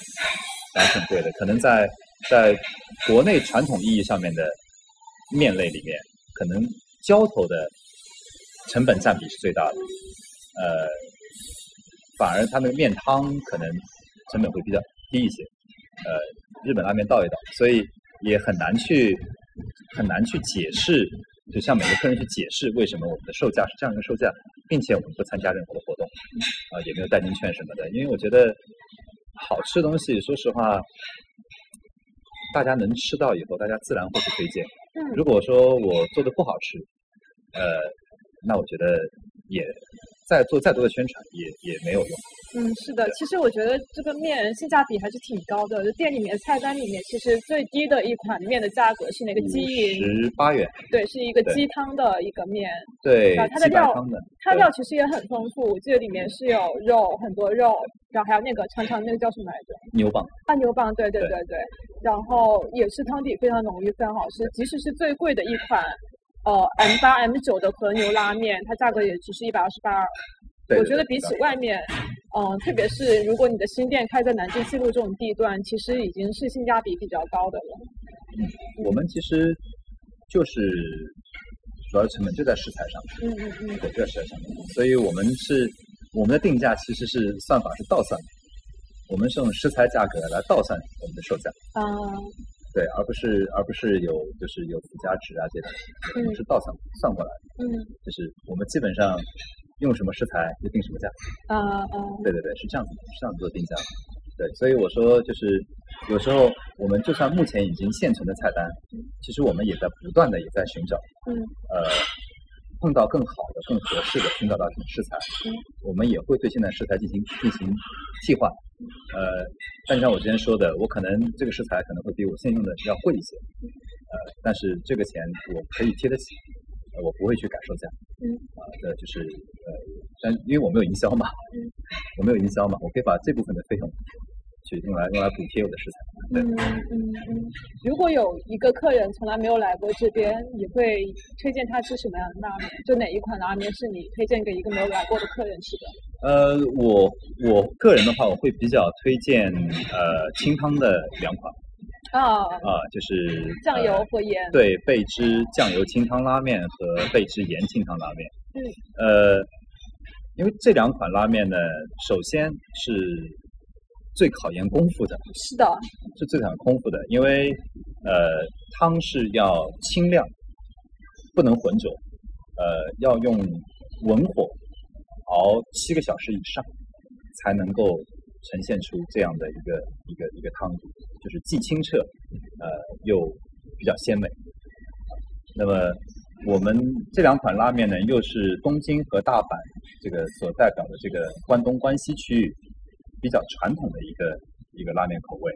Speaker 2: 反而很贵的。可能在在国内传统意义上面的面类里面，可能浇头的成本占比是最大的，呃，反而它那个面汤可能成本会比较低一些。呃日本拉面倒一倒，所以也很难去很难去解释，就向每个客人去解释为什么我们的售价是这样一个售价，并且我们不参加任何的活动，啊、也没有代金券什么的，因为我觉得好吃的东西，说实话，大家能吃到以后，大家自然会去推荐。
Speaker 1: 嗯
Speaker 2: 如果说我做的不好吃，呃，那我觉得也再做再多的宣传也也没有用。
Speaker 1: 嗯，是的，其实我觉得这个面性价比还是挺高的。就店里面菜单里面，其实最低的一款面的价格是那个鸡云，
Speaker 2: 十八元，
Speaker 1: 对，是一个
Speaker 2: 对
Speaker 1: 鸡汤的一个面。
Speaker 2: 对
Speaker 1: 啊，它的
Speaker 2: 鸡白
Speaker 1: 料
Speaker 2: 汤的，
Speaker 1: 它
Speaker 2: 对
Speaker 1: 料其实也很丰富，我记得里面是有肉，很多肉，然后还有那个长长那个叫什么来着？
Speaker 2: 牛蒡。
Speaker 1: 按牛蒡，对对
Speaker 2: 对
Speaker 1: 对对。然后也是汤底非常浓郁，非常好吃。即使是最贵的一款，呃，M 八 M 九的和牛拉面，它价格也只是一百二十八。
Speaker 2: 对
Speaker 1: 我
Speaker 2: 对
Speaker 1: 觉得
Speaker 2: 对
Speaker 1: 比起
Speaker 2: 对
Speaker 1: 外面，嗯、特别是如果你的新店开在南京西路这种地段，其实已经是性价比比较高的了。嗯
Speaker 2: 我们其实就是主要成本就在食材上，
Speaker 1: 嗯嗯嗯。
Speaker 2: 对，就在食材上面。所以我们是我们的定价其实是算法是倒算的，我们是用食材价格来倒算我们的售价，
Speaker 1: 啊、
Speaker 2: 对，而不是而不是有就是有附加值啊这些东西，我们是倒算算过来的，
Speaker 1: 嗯
Speaker 2: 就是我们基本上用什么食材就定什么价。
Speaker 1: 啊啊
Speaker 2: 对对对，是这样子的，是这样子做定价的。对，所以我说就是有时候我们就算目前已经现成的菜单，其实我们也在不断的也在寻找，
Speaker 1: 嗯
Speaker 2: 呃，碰到更好的、更合适的，寻找到这种食材
Speaker 1: 嗯，
Speaker 2: 我们也会对现在食材进行进行替换。呃，但像我之前说的，我可能这个食材可能会比我现用的要贵一些，呃，但是这个钱我可以贴得起，呃我不会去改售价。
Speaker 1: 嗯
Speaker 2: 啊，呃，就是呃，但因为我没有营销嘛，我没有营销嘛，我可以把这部分的费用去用来用来补贴我的食材。对
Speaker 1: 嗯嗯嗯，如果有一个客人从来没有来过这边，你会推荐他吃什么样的拉面？就哪一款拉面是你推荐给一个没有来过的客人吃的？
Speaker 2: 呃，我我个人的话，我会比较推荐呃清汤的两款
Speaker 1: 啊，
Speaker 2: 啊、就是
Speaker 1: 酱油
Speaker 2: 呃
Speaker 1: 和盐。
Speaker 2: 对，贝汁酱油清汤拉面和贝汁盐清汤拉面。
Speaker 1: 嗯，
Speaker 2: 呃，因为这两款拉面呢，首先是最考验功夫的，
Speaker 1: 是的，
Speaker 2: 是最讲空腹的，因为呃汤是要清亮，不能浑浊，呃要用文火熬七个小时以上，才能够呈现出这样的一个一个一个汤底，就是既清澈，呃又比较鲜美。那么我们这两款拉面呢，又是东京和大阪这个所代表的这个关东关西区域比较传统的一个一个拉面口味。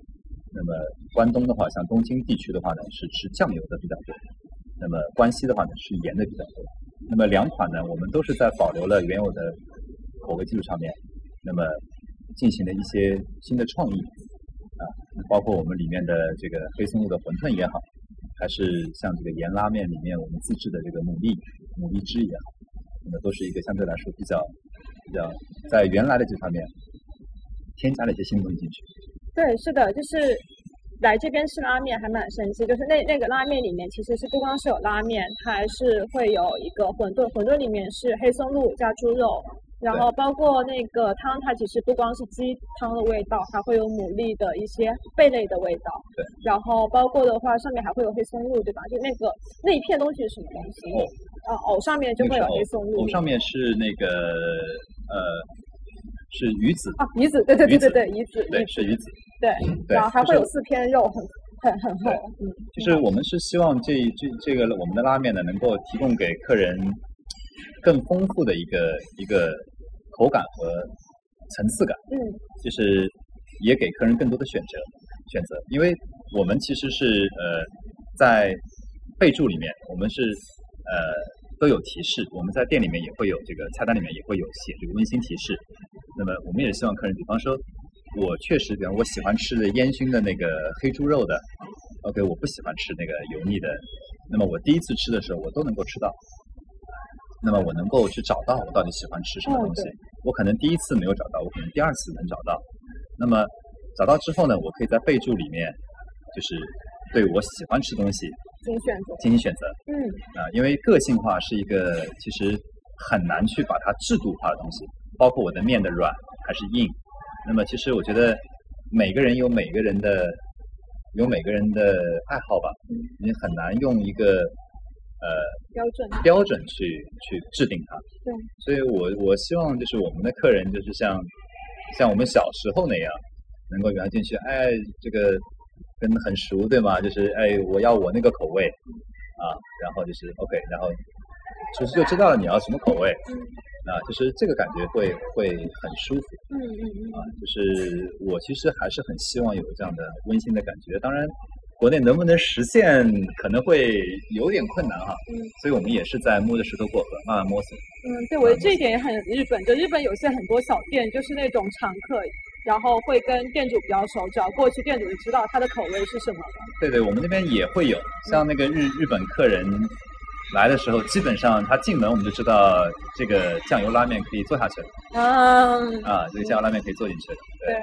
Speaker 2: 那么关东的话，像东京地区的话呢，是吃酱油的比较多；那么关西的话呢，是盐的比较多。那么两款呢，我们都是在保留了原有的口味基础上面，那么进行了一些新的创意啊，包括我们里面的这个黑松露的馄饨也好，还是像这个盐拉面里面我们自制的这个牡蛎牡蛎汁也好，那么都是一个相对来说比较比较在原来的这方面添加了一些新东西进去。
Speaker 1: 对，是的，就是来这边吃拉面还蛮神奇，就是那那个拉面里面其实是不光是有拉面，它还是会有一个馄饨，馄饨里面是黑松露加猪肉，然后包括那个汤，它其实不光是鸡汤的味道，还会有牡蛎的一些贝类的味道，
Speaker 2: 对，
Speaker 1: 然后包括的话上面还会有黑松露，对吧？就那个那一片东西是什么东西？
Speaker 2: 藕
Speaker 1: 啊，藕上面就
Speaker 2: 那
Speaker 1: 会
Speaker 2: 个
Speaker 1: 有
Speaker 2: 藕
Speaker 1: 黑松露
Speaker 2: 藕。上面是那个呃是鱼子，
Speaker 1: 啊，鱼子，对对对
Speaker 2: 鱼子
Speaker 1: 对对，鱼子，
Speaker 2: 对
Speaker 1: 鱼，子
Speaker 2: 是鱼子。
Speaker 1: 对，
Speaker 2: 对
Speaker 1: 然后还
Speaker 2: 就
Speaker 1: 会
Speaker 2: 是
Speaker 1: 有四片肉，很很很厚
Speaker 2: 对，
Speaker 1: 嗯，
Speaker 2: 其实我们是希望这这这个我们的拉面呢，能够提供给客人更丰富的一个一个口感和层次感，
Speaker 1: 嗯。
Speaker 2: 就是也给客人更多的选择选择。因为我们其实是呃在备注里面，我们是呃都有提示，我们在店里面也会有这个菜单里面也会有写这个温馨提示。那么我们也希望客人，比方说，我确实，比方我喜欢吃的烟熏的那个黑猪肉的，OK，我不喜欢吃那个油腻的，那么我第一次吃的时候，我都能够吃到。那么我能够去找到我到底喜欢吃什么
Speaker 1: 哦
Speaker 2: 东西
Speaker 1: 对，
Speaker 2: 我可能第一次没有找到，我可能第二次能找到。那么找到之后呢，我可以在备注里面，就是对我喜欢吃东西
Speaker 1: 精选择，
Speaker 2: 进行选择。
Speaker 1: 嗯，
Speaker 2: 啊，因为个性化是一个其实很难去把它制度化的东西，包括我的面的软还是硬。那么其实我觉得每个人有每个人的有每个人的爱好吧，你很难用一个呃
Speaker 1: 标准，
Speaker 2: 标准去去制定它。
Speaker 1: 对，
Speaker 2: 所以我我希望就是我们的客人就是像像我们小时候那样，能够聊进去，哎，这个跟很熟对吗？就是哎，我要我那个口味啊，然后就是 OK，然后厨师就知道了你要什么口味啊，就是这个感觉会会很舒服。
Speaker 1: 嗯嗯
Speaker 2: 啊，就是我其实还是很希望有这样的温馨的感觉。当然，国内能不能实现可能会有点困难哈，
Speaker 1: 嗯
Speaker 2: 所以我们也是在摸着石头过河，慢慢摸索。
Speaker 1: 嗯，对，我觉得这一点也很日本，就日本有些很多小店就是那种常客，然后会跟店主比较熟，只要过去店主就知道他的口味是什么了。
Speaker 2: 对对，我们那边也会有，像那个日日本客人来的时候，基本上他进门我们就知道这个酱油拉面可以做下去了
Speaker 1: 嗯，
Speaker 2: 啊，这个酱油拉面可以做进去了。
Speaker 1: 对，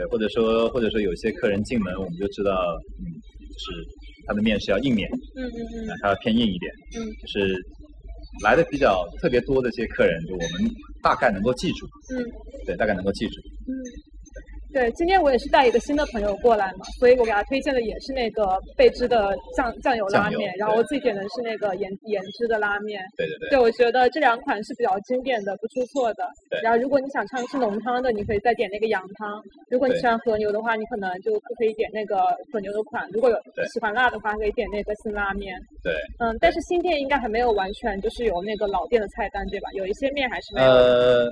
Speaker 2: 对，或者说或者说有些客人进门我们就知道，嗯，就是他的面是要硬面，
Speaker 1: 嗯嗯嗯
Speaker 2: 那它偏硬一点。
Speaker 1: 嗯
Speaker 2: 就是来的比较特别多的这些客人，就我们大概能够记住，
Speaker 1: 嗯
Speaker 2: 对，大概能够记住。
Speaker 1: 嗯。对，今天我也是带一个新的朋友过来嘛，所以我给他推荐的也是那个贝汁的酱酱油拉
Speaker 2: 酱油
Speaker 1: 面，然后
Speaker 2: 对
Speaker 1: 我自己点的是那个盐盐汁的拉面。
Speaker 2: 对对对，
Speaker 1: 对，我觉得这两款是比较经典的，不出错的。
Speaker 2: 对
Speaker 1: 然后，如果你想尝试浓汤的，你可以再点那个羊汤；如果你
Speaker 2: 对
Speaker 1: 喜欢和牛的话，你可能就可以点那个和牛的款；如果有
Speaker 2: 对
Speaker 1: 喜欢辣的话，可以点那个辛拉面。
Speaker 2: 对。
Speaker 1: 嗯，但是新店应该还没有完全就是有那个老店的菜单，对吧？有一些面还是没有的，
Speaker 2: 呃，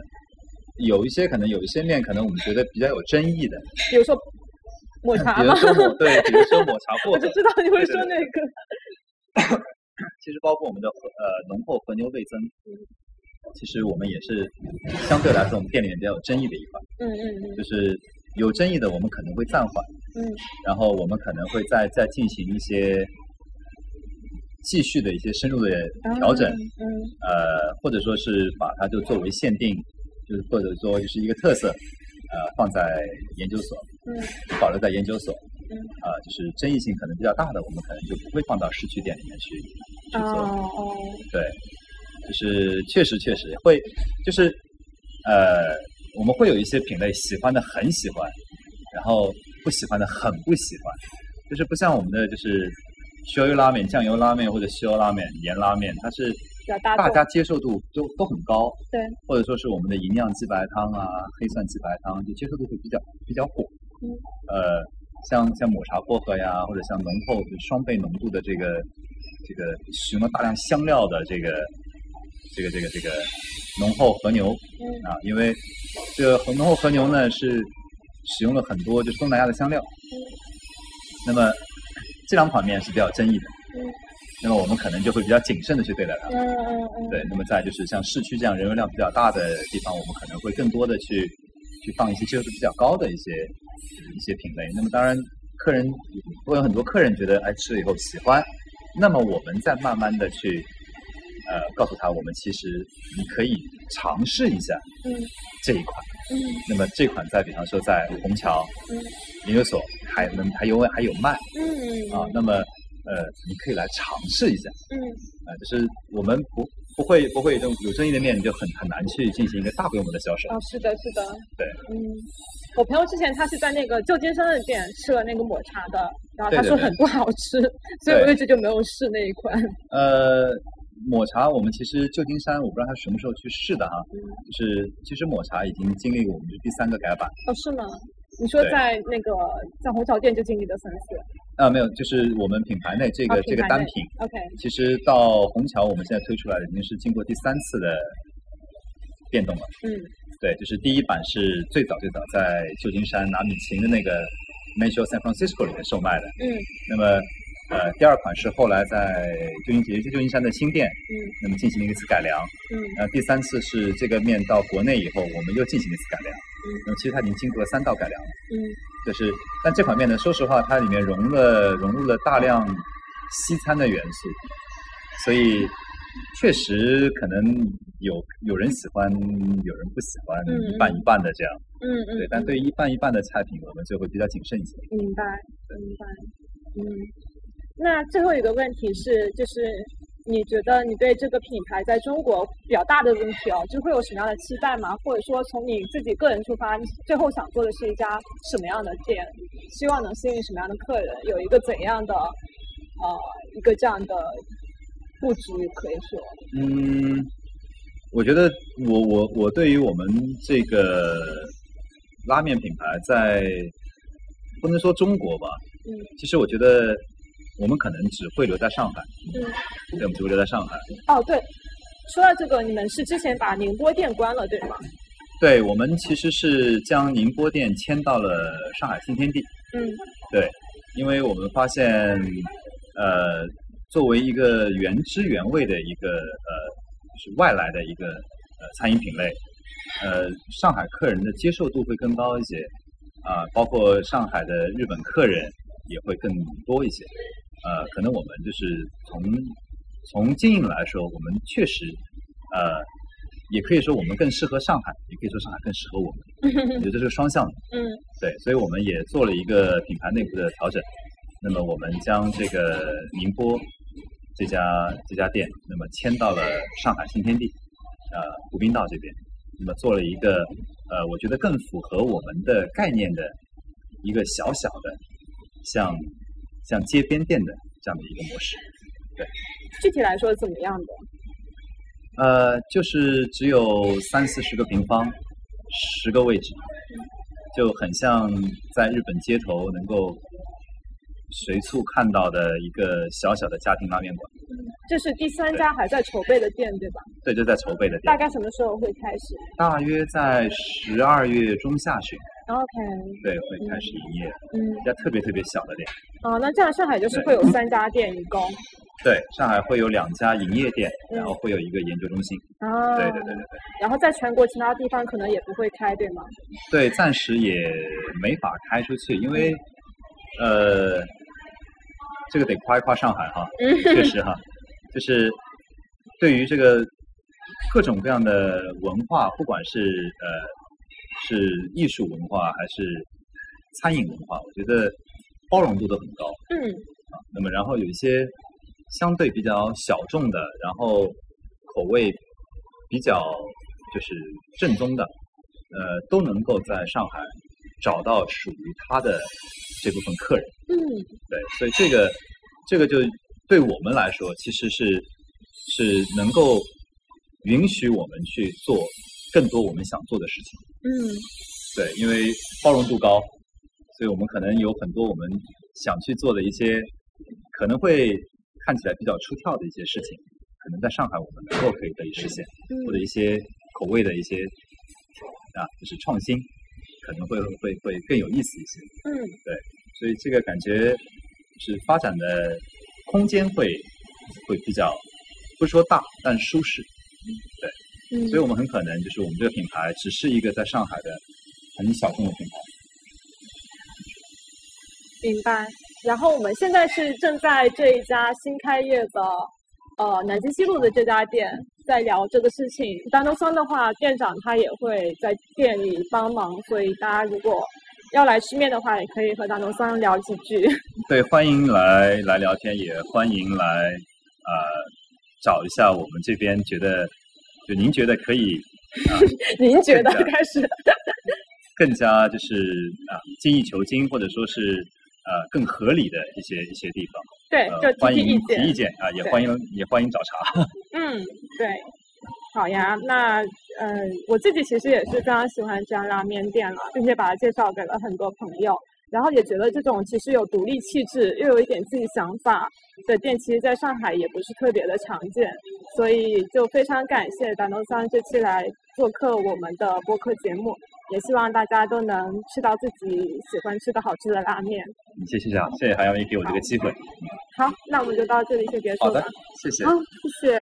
Speaker 2: 有一些可能有一些面，可能我们觉得比较有争议的，
Speaker 1: 比如说抹茶
Speaker 2: 比
Speaker 1: 嘛
Speaker 2: 如，说抹对，比如说抹 茶
Speaker 1: 我
Speaker 2: 薄荷
Speaker 1: 就，知道你会
Speaker 2: 对对
Speaker 1: 说那个。
Speaker 2: 其实包括我们的和呃浓厚和牛味增，其实我们也是相对来说我们店里面比较有争议的一块，
Speaker 1: 嗯嗯嗯
Speaker 2: 就是有争议的我们可能会暂缓。
Speaker 1: 嗯
Speaker 2: 然后我们可能会再再进行一些继续的一些深入的
Speaker 1: 嗯，
Speaker 2: 调整，
Speaker 1: 嗯
Speaker 2: 呃，或者说是把它就作为限定，就是或者说是一个特色，呃，放在研究所
Speaker 1: 嗯
Speaker 2: 保留在研究所，
Speaker 1: 嗯
Speaker 2: 啊、就是争议性可能比较大的，我们可能就不会放到市区店里面去去
Speaker 1: 嗯，
Speaker 2: 做。
Speaker 1: 哦哦，
Speaker 2: 对，就是确实确实会，就是呃，我们会有一些品类喜欢的很喜欢，然后不喜欢的很不喜欢，就是不像我们的就是烧油拉面、酱油拉面或者西油拉面、盐拉面，它是
Speaker 1: 比较大
Speaker 2: 大
Speaker 1: 众，
Speaker 2: 家接受度都都很高，
Speaker 1: 对，
Speaker 2: 或者说是我们的营养鸡白汤啊、黑蒜鸡白汤，就接受度会比较比较火。
Speaker 1: 嗯，
Speaker 2: 呃，像像抹茶薄荷呀，或者像浓厚就双倍浓度的这个这个使用了大量香料的这个这个这个这个浓厚和牛
Speaker 1: 嗯
Speaker 2: 啊，因为这个浓厚和牛呢是使用了很多就是东南亚的香料，那么这两款面是比较争议的，
Speaker 1: 嗯
Speaker 2: 那么我们可能就会比较谨慎的去对待它。
Speaker 1: 嗯嗯嗯，
Speaker 2: 对，那么再就是像市区这样人流量比较大的地方，我们可能会更多的去去放一些接受度比较高的一些一些品类。那么当然，客人会有很多客人觉得哎吃了以后喜欢，那么我们再慢慢的去呃呃告诉他，我们其实你可以尝试一下
Speaker 1: 嗯
Speaker 2: 这一款。
Speaker 1: 嗯
Speaker 2: 那么这款在比方说在虹桥
Speaker 1: 嗯
Speaker 2: 研究所还能还有还有卖
Speaker 1: 嗯
Speaker 2: 啊，那么呃你可以来尝试一下
Speaker 1: 嗯
Speaker 2: 啊、呃就是我们不不会不会有争议的面，就很很难去进行一个大规模的销售。
Speaker 1: 哦，是的，是的，
Speaker 2: 对，
Speaker 1: 嗯，我朋友之前他是在那个旧金山的店吃了那个抹茶的，然后他
Speaker 2: 对对
Speaker 1: 说
Speaker 2: 对
Speaker 1: 很不好吃， 所以我一直就没有试那一款。
Speaker 2: 呃，抹茶我们其实旧金山我不知道它什么时候去试的哈，
Speaker 1: 嗯
Speaker 2: 就是其实抹茶已经经历过我们的第三个改版。
Speaker 1: 哦，是吗？你说
Speaker 2: 对
Speaker 1: 在那个在虹桥店就经历了三次，
Speaker 2: 啊，没有，就是我们品牌内这个、
Speaker 1: 啊
Speaker 2: 这
Speaker 1: 品
Speaker 2: 个
Speaker 1: 牌
Speaker 2: 单
Speaker 1: 内
Speaker 2: 品，
Speaker 1: ，OK，
Speaker 2: 其实到虹桥我们现在推出来的已经是经过第三次的变动了。
Speaker 1: 嗯
Speaker 2: 对，就是第一版是最早最早在旧金山拿米其林的那个 m a s h o San Francisco 里面售卖的。
Speaker 1: 嗯
Speaker 2: 那么，呃，第二款是后来在旧金也是旧金山的新店，
Speaker 1: 嗯
Speaker 2: 那么进行了一次改良。
Speaker 1: 嗯
Speaker 2: 呃，第三次是这个面到国内以后，我们又进行了一次改良。那么其实它已经经过了三道改良了。
Speaker 1: 嗯
Speaker 2: 就是，但这款面呢，说实话，它里面融了融入了大量西餐的元素，所以确实可能有有人喜欢，有人不喜欢，
Speaker 1: 嗯嗯
Speaker 2: 一半一半的这样。
Speaker 1: 嗯嗯，
Speaker 2: 对，但对于一半一半的菜品，我们就会比较谨慎一些。
Speaker 1: 明白，明白，嗯。那最后一个问题是，就是你觉得你对这个品牌在中国比较大的问题哦，就会有什么样的期待吗？或者说从你自己个人出发，你最后想做的是一家什么样的店？希望能吸引什么样的客人？有一个怎样的呃一个这样的布局？可以说，
Speaker 2: 嗯，我觉得我我我对于我们这个拉面品牌在，不能说中国吧，
Speaker 1: 嗯
Speaker 2: 其实我觉得我们可能只会留在上海，
Speaker 1: 嗯。
Speaker 2: 对，我们只会留在上海。
Speaker 1: 哦，对，说到这个，你们是之前把宁波店关了，对吗？
Speaker 2: 对，我们其实是将宁波店迁到了上海新天地。
Speaker 1: 嗯
Speaker 2: 对，因为我们发现，呃，作为一个原汁原味的一个呃，就是外来的一个呃餐饮品类，呃，上海客人的接受度会更高一些，啊、包括上海的日本客人也会更多一些，呃，可能我们就是从从经营来说，我们确实，呃，也可以说我们更适合上海，也可以说上海更适合我们，我觉得这是个双向的。
Speaker 1: 嗯。
Speaker 2: 对，所以我们也做了一个品牌内部的调整。那么我们将这个宁波这家这家店，那么迁到了上海新天地，呃，湖滨道这边。那么做了一个呃，我觉得更符合我们的概念的一个小小的，像像街边店的这样的一个模式。
Speaker 1: 具体来说怎么样的？
Speaker 2: 呃，就是只有三四十个平方，十个位置，就很像在日本街头能够随处看到的一个小小的家庭拉面馆。
Speaker 1: 这是第三家还在筹备的店，对吧？
Speaker 2: 对，就在筹备的
Speaker 1: 大
Speaker 2: 店，
Speaker 1: 概什么时候会开始
Speaker 2: 大约在十二月中下旬，
Speaker 1: ？OK，
Speaker 2: 对，会开始营业。
Speaker 1: 嗯，
Speaker 2: 一家特别特别小的店，
Speaker 1: 哦，那这样上海就是会有三家店一共
Speaker 2: 对，上海会有两家营业店，然后会有一个研究中心。
Speaker 1: 啊，
Speaker 2: 对对对对对。
Speaker 1: 然后在全国其他地方可能也不会开，对吗？
Speaker 2: 对，暂时也没法开出去，因为呃，这个得夸一夸上海哈，确实哈，就是对于这个各种各样的文化，不管是呃是艺术文化还是餐饮文化，我觉得包容度都很高。
Speaker 1: 嗯
Speaker 2: 那么然后有一些相对比较小众的，然后口味比较就是正宗的，呃，都能够在上海找到属于他的这部分客人。
Speaker 1: 嗯
Speaker 2: 对，所以这个这个就对我们来说，其实是是能够允许我们去做更多我们想做的事情。
Speaker 1: 嗯
Speaker 2: 对，因为包容度高，所以我们可能有很多我们想去做的一些，可能会看起来比较出挑的一些事情，可能在上海我们能够可以得以实现，或者
Speaker 1: 嗯
Speaker 2: 一些口味的一些啊，就是创新，可能会会会更有意思一些。
Speaker 1: 嗯，
Speaker 2: 所以这个感觉是发展的空间会会比较不说大，但舒适。
Speaker 1: 嗯
Speaker 2: 所以我们很可能就是我们这个品牌只是一个在上海的很小众的品牌。
Speaker 1: 明白。然后我们现在是正在这一家新开业的呃南京西路的这家店在聊这个事情。丹东桑的话，店长他也会在店里帮忙，所以大家如果要来吃面的话，也可以和丹东桑聊几句。
Speaker 2: 对，欢迎来来聊天，也欢迎来呃找一下我们这边觉得就您觉得可以
Speaker 1: 您觉得
Speaker 2: 是的
Speaker 1: 开始？
Speaker 2: 更加就是啊精益求精，或者说是呃更合理的一些一些地方。
Speaker 1: 对，
Speaker 2: 呃，
Speaker 1: 哎就
Speaker 2: 欢
Speaker 1: 提提
Speaker 2: 迎
Speaker 1: 意
Speaker 2: 提
Speaker 1: 见。
Speaker 2: 意见啊，也
Speaker 1: 对
Speaker 2: 欢迎也欢迎找茬。
Speaker 1: 嗯，对，好呀，那嗯、呃我自己其实也是非常喜欢这样拉面店了，并且把它介绍给了很多朋友，然后也觉得这种其实有独立气质又有一点自己想法的店，其实在上海也不是特别的常见，所以就非常感谢丹东桑这期来做客我们的播客节目，也希望大家都能吃到自己喜欢吃的好吃的拉面。
Speaker 2: 谢谢啊，谢谢韩阳明给我这个机会。
Speaker 1: 好，那我们就到这里先结束
Speaker 2: 好的
Speaker 1: 了。，
Speaker 2: 谢谢。
Speaker 1: 好，谢谢。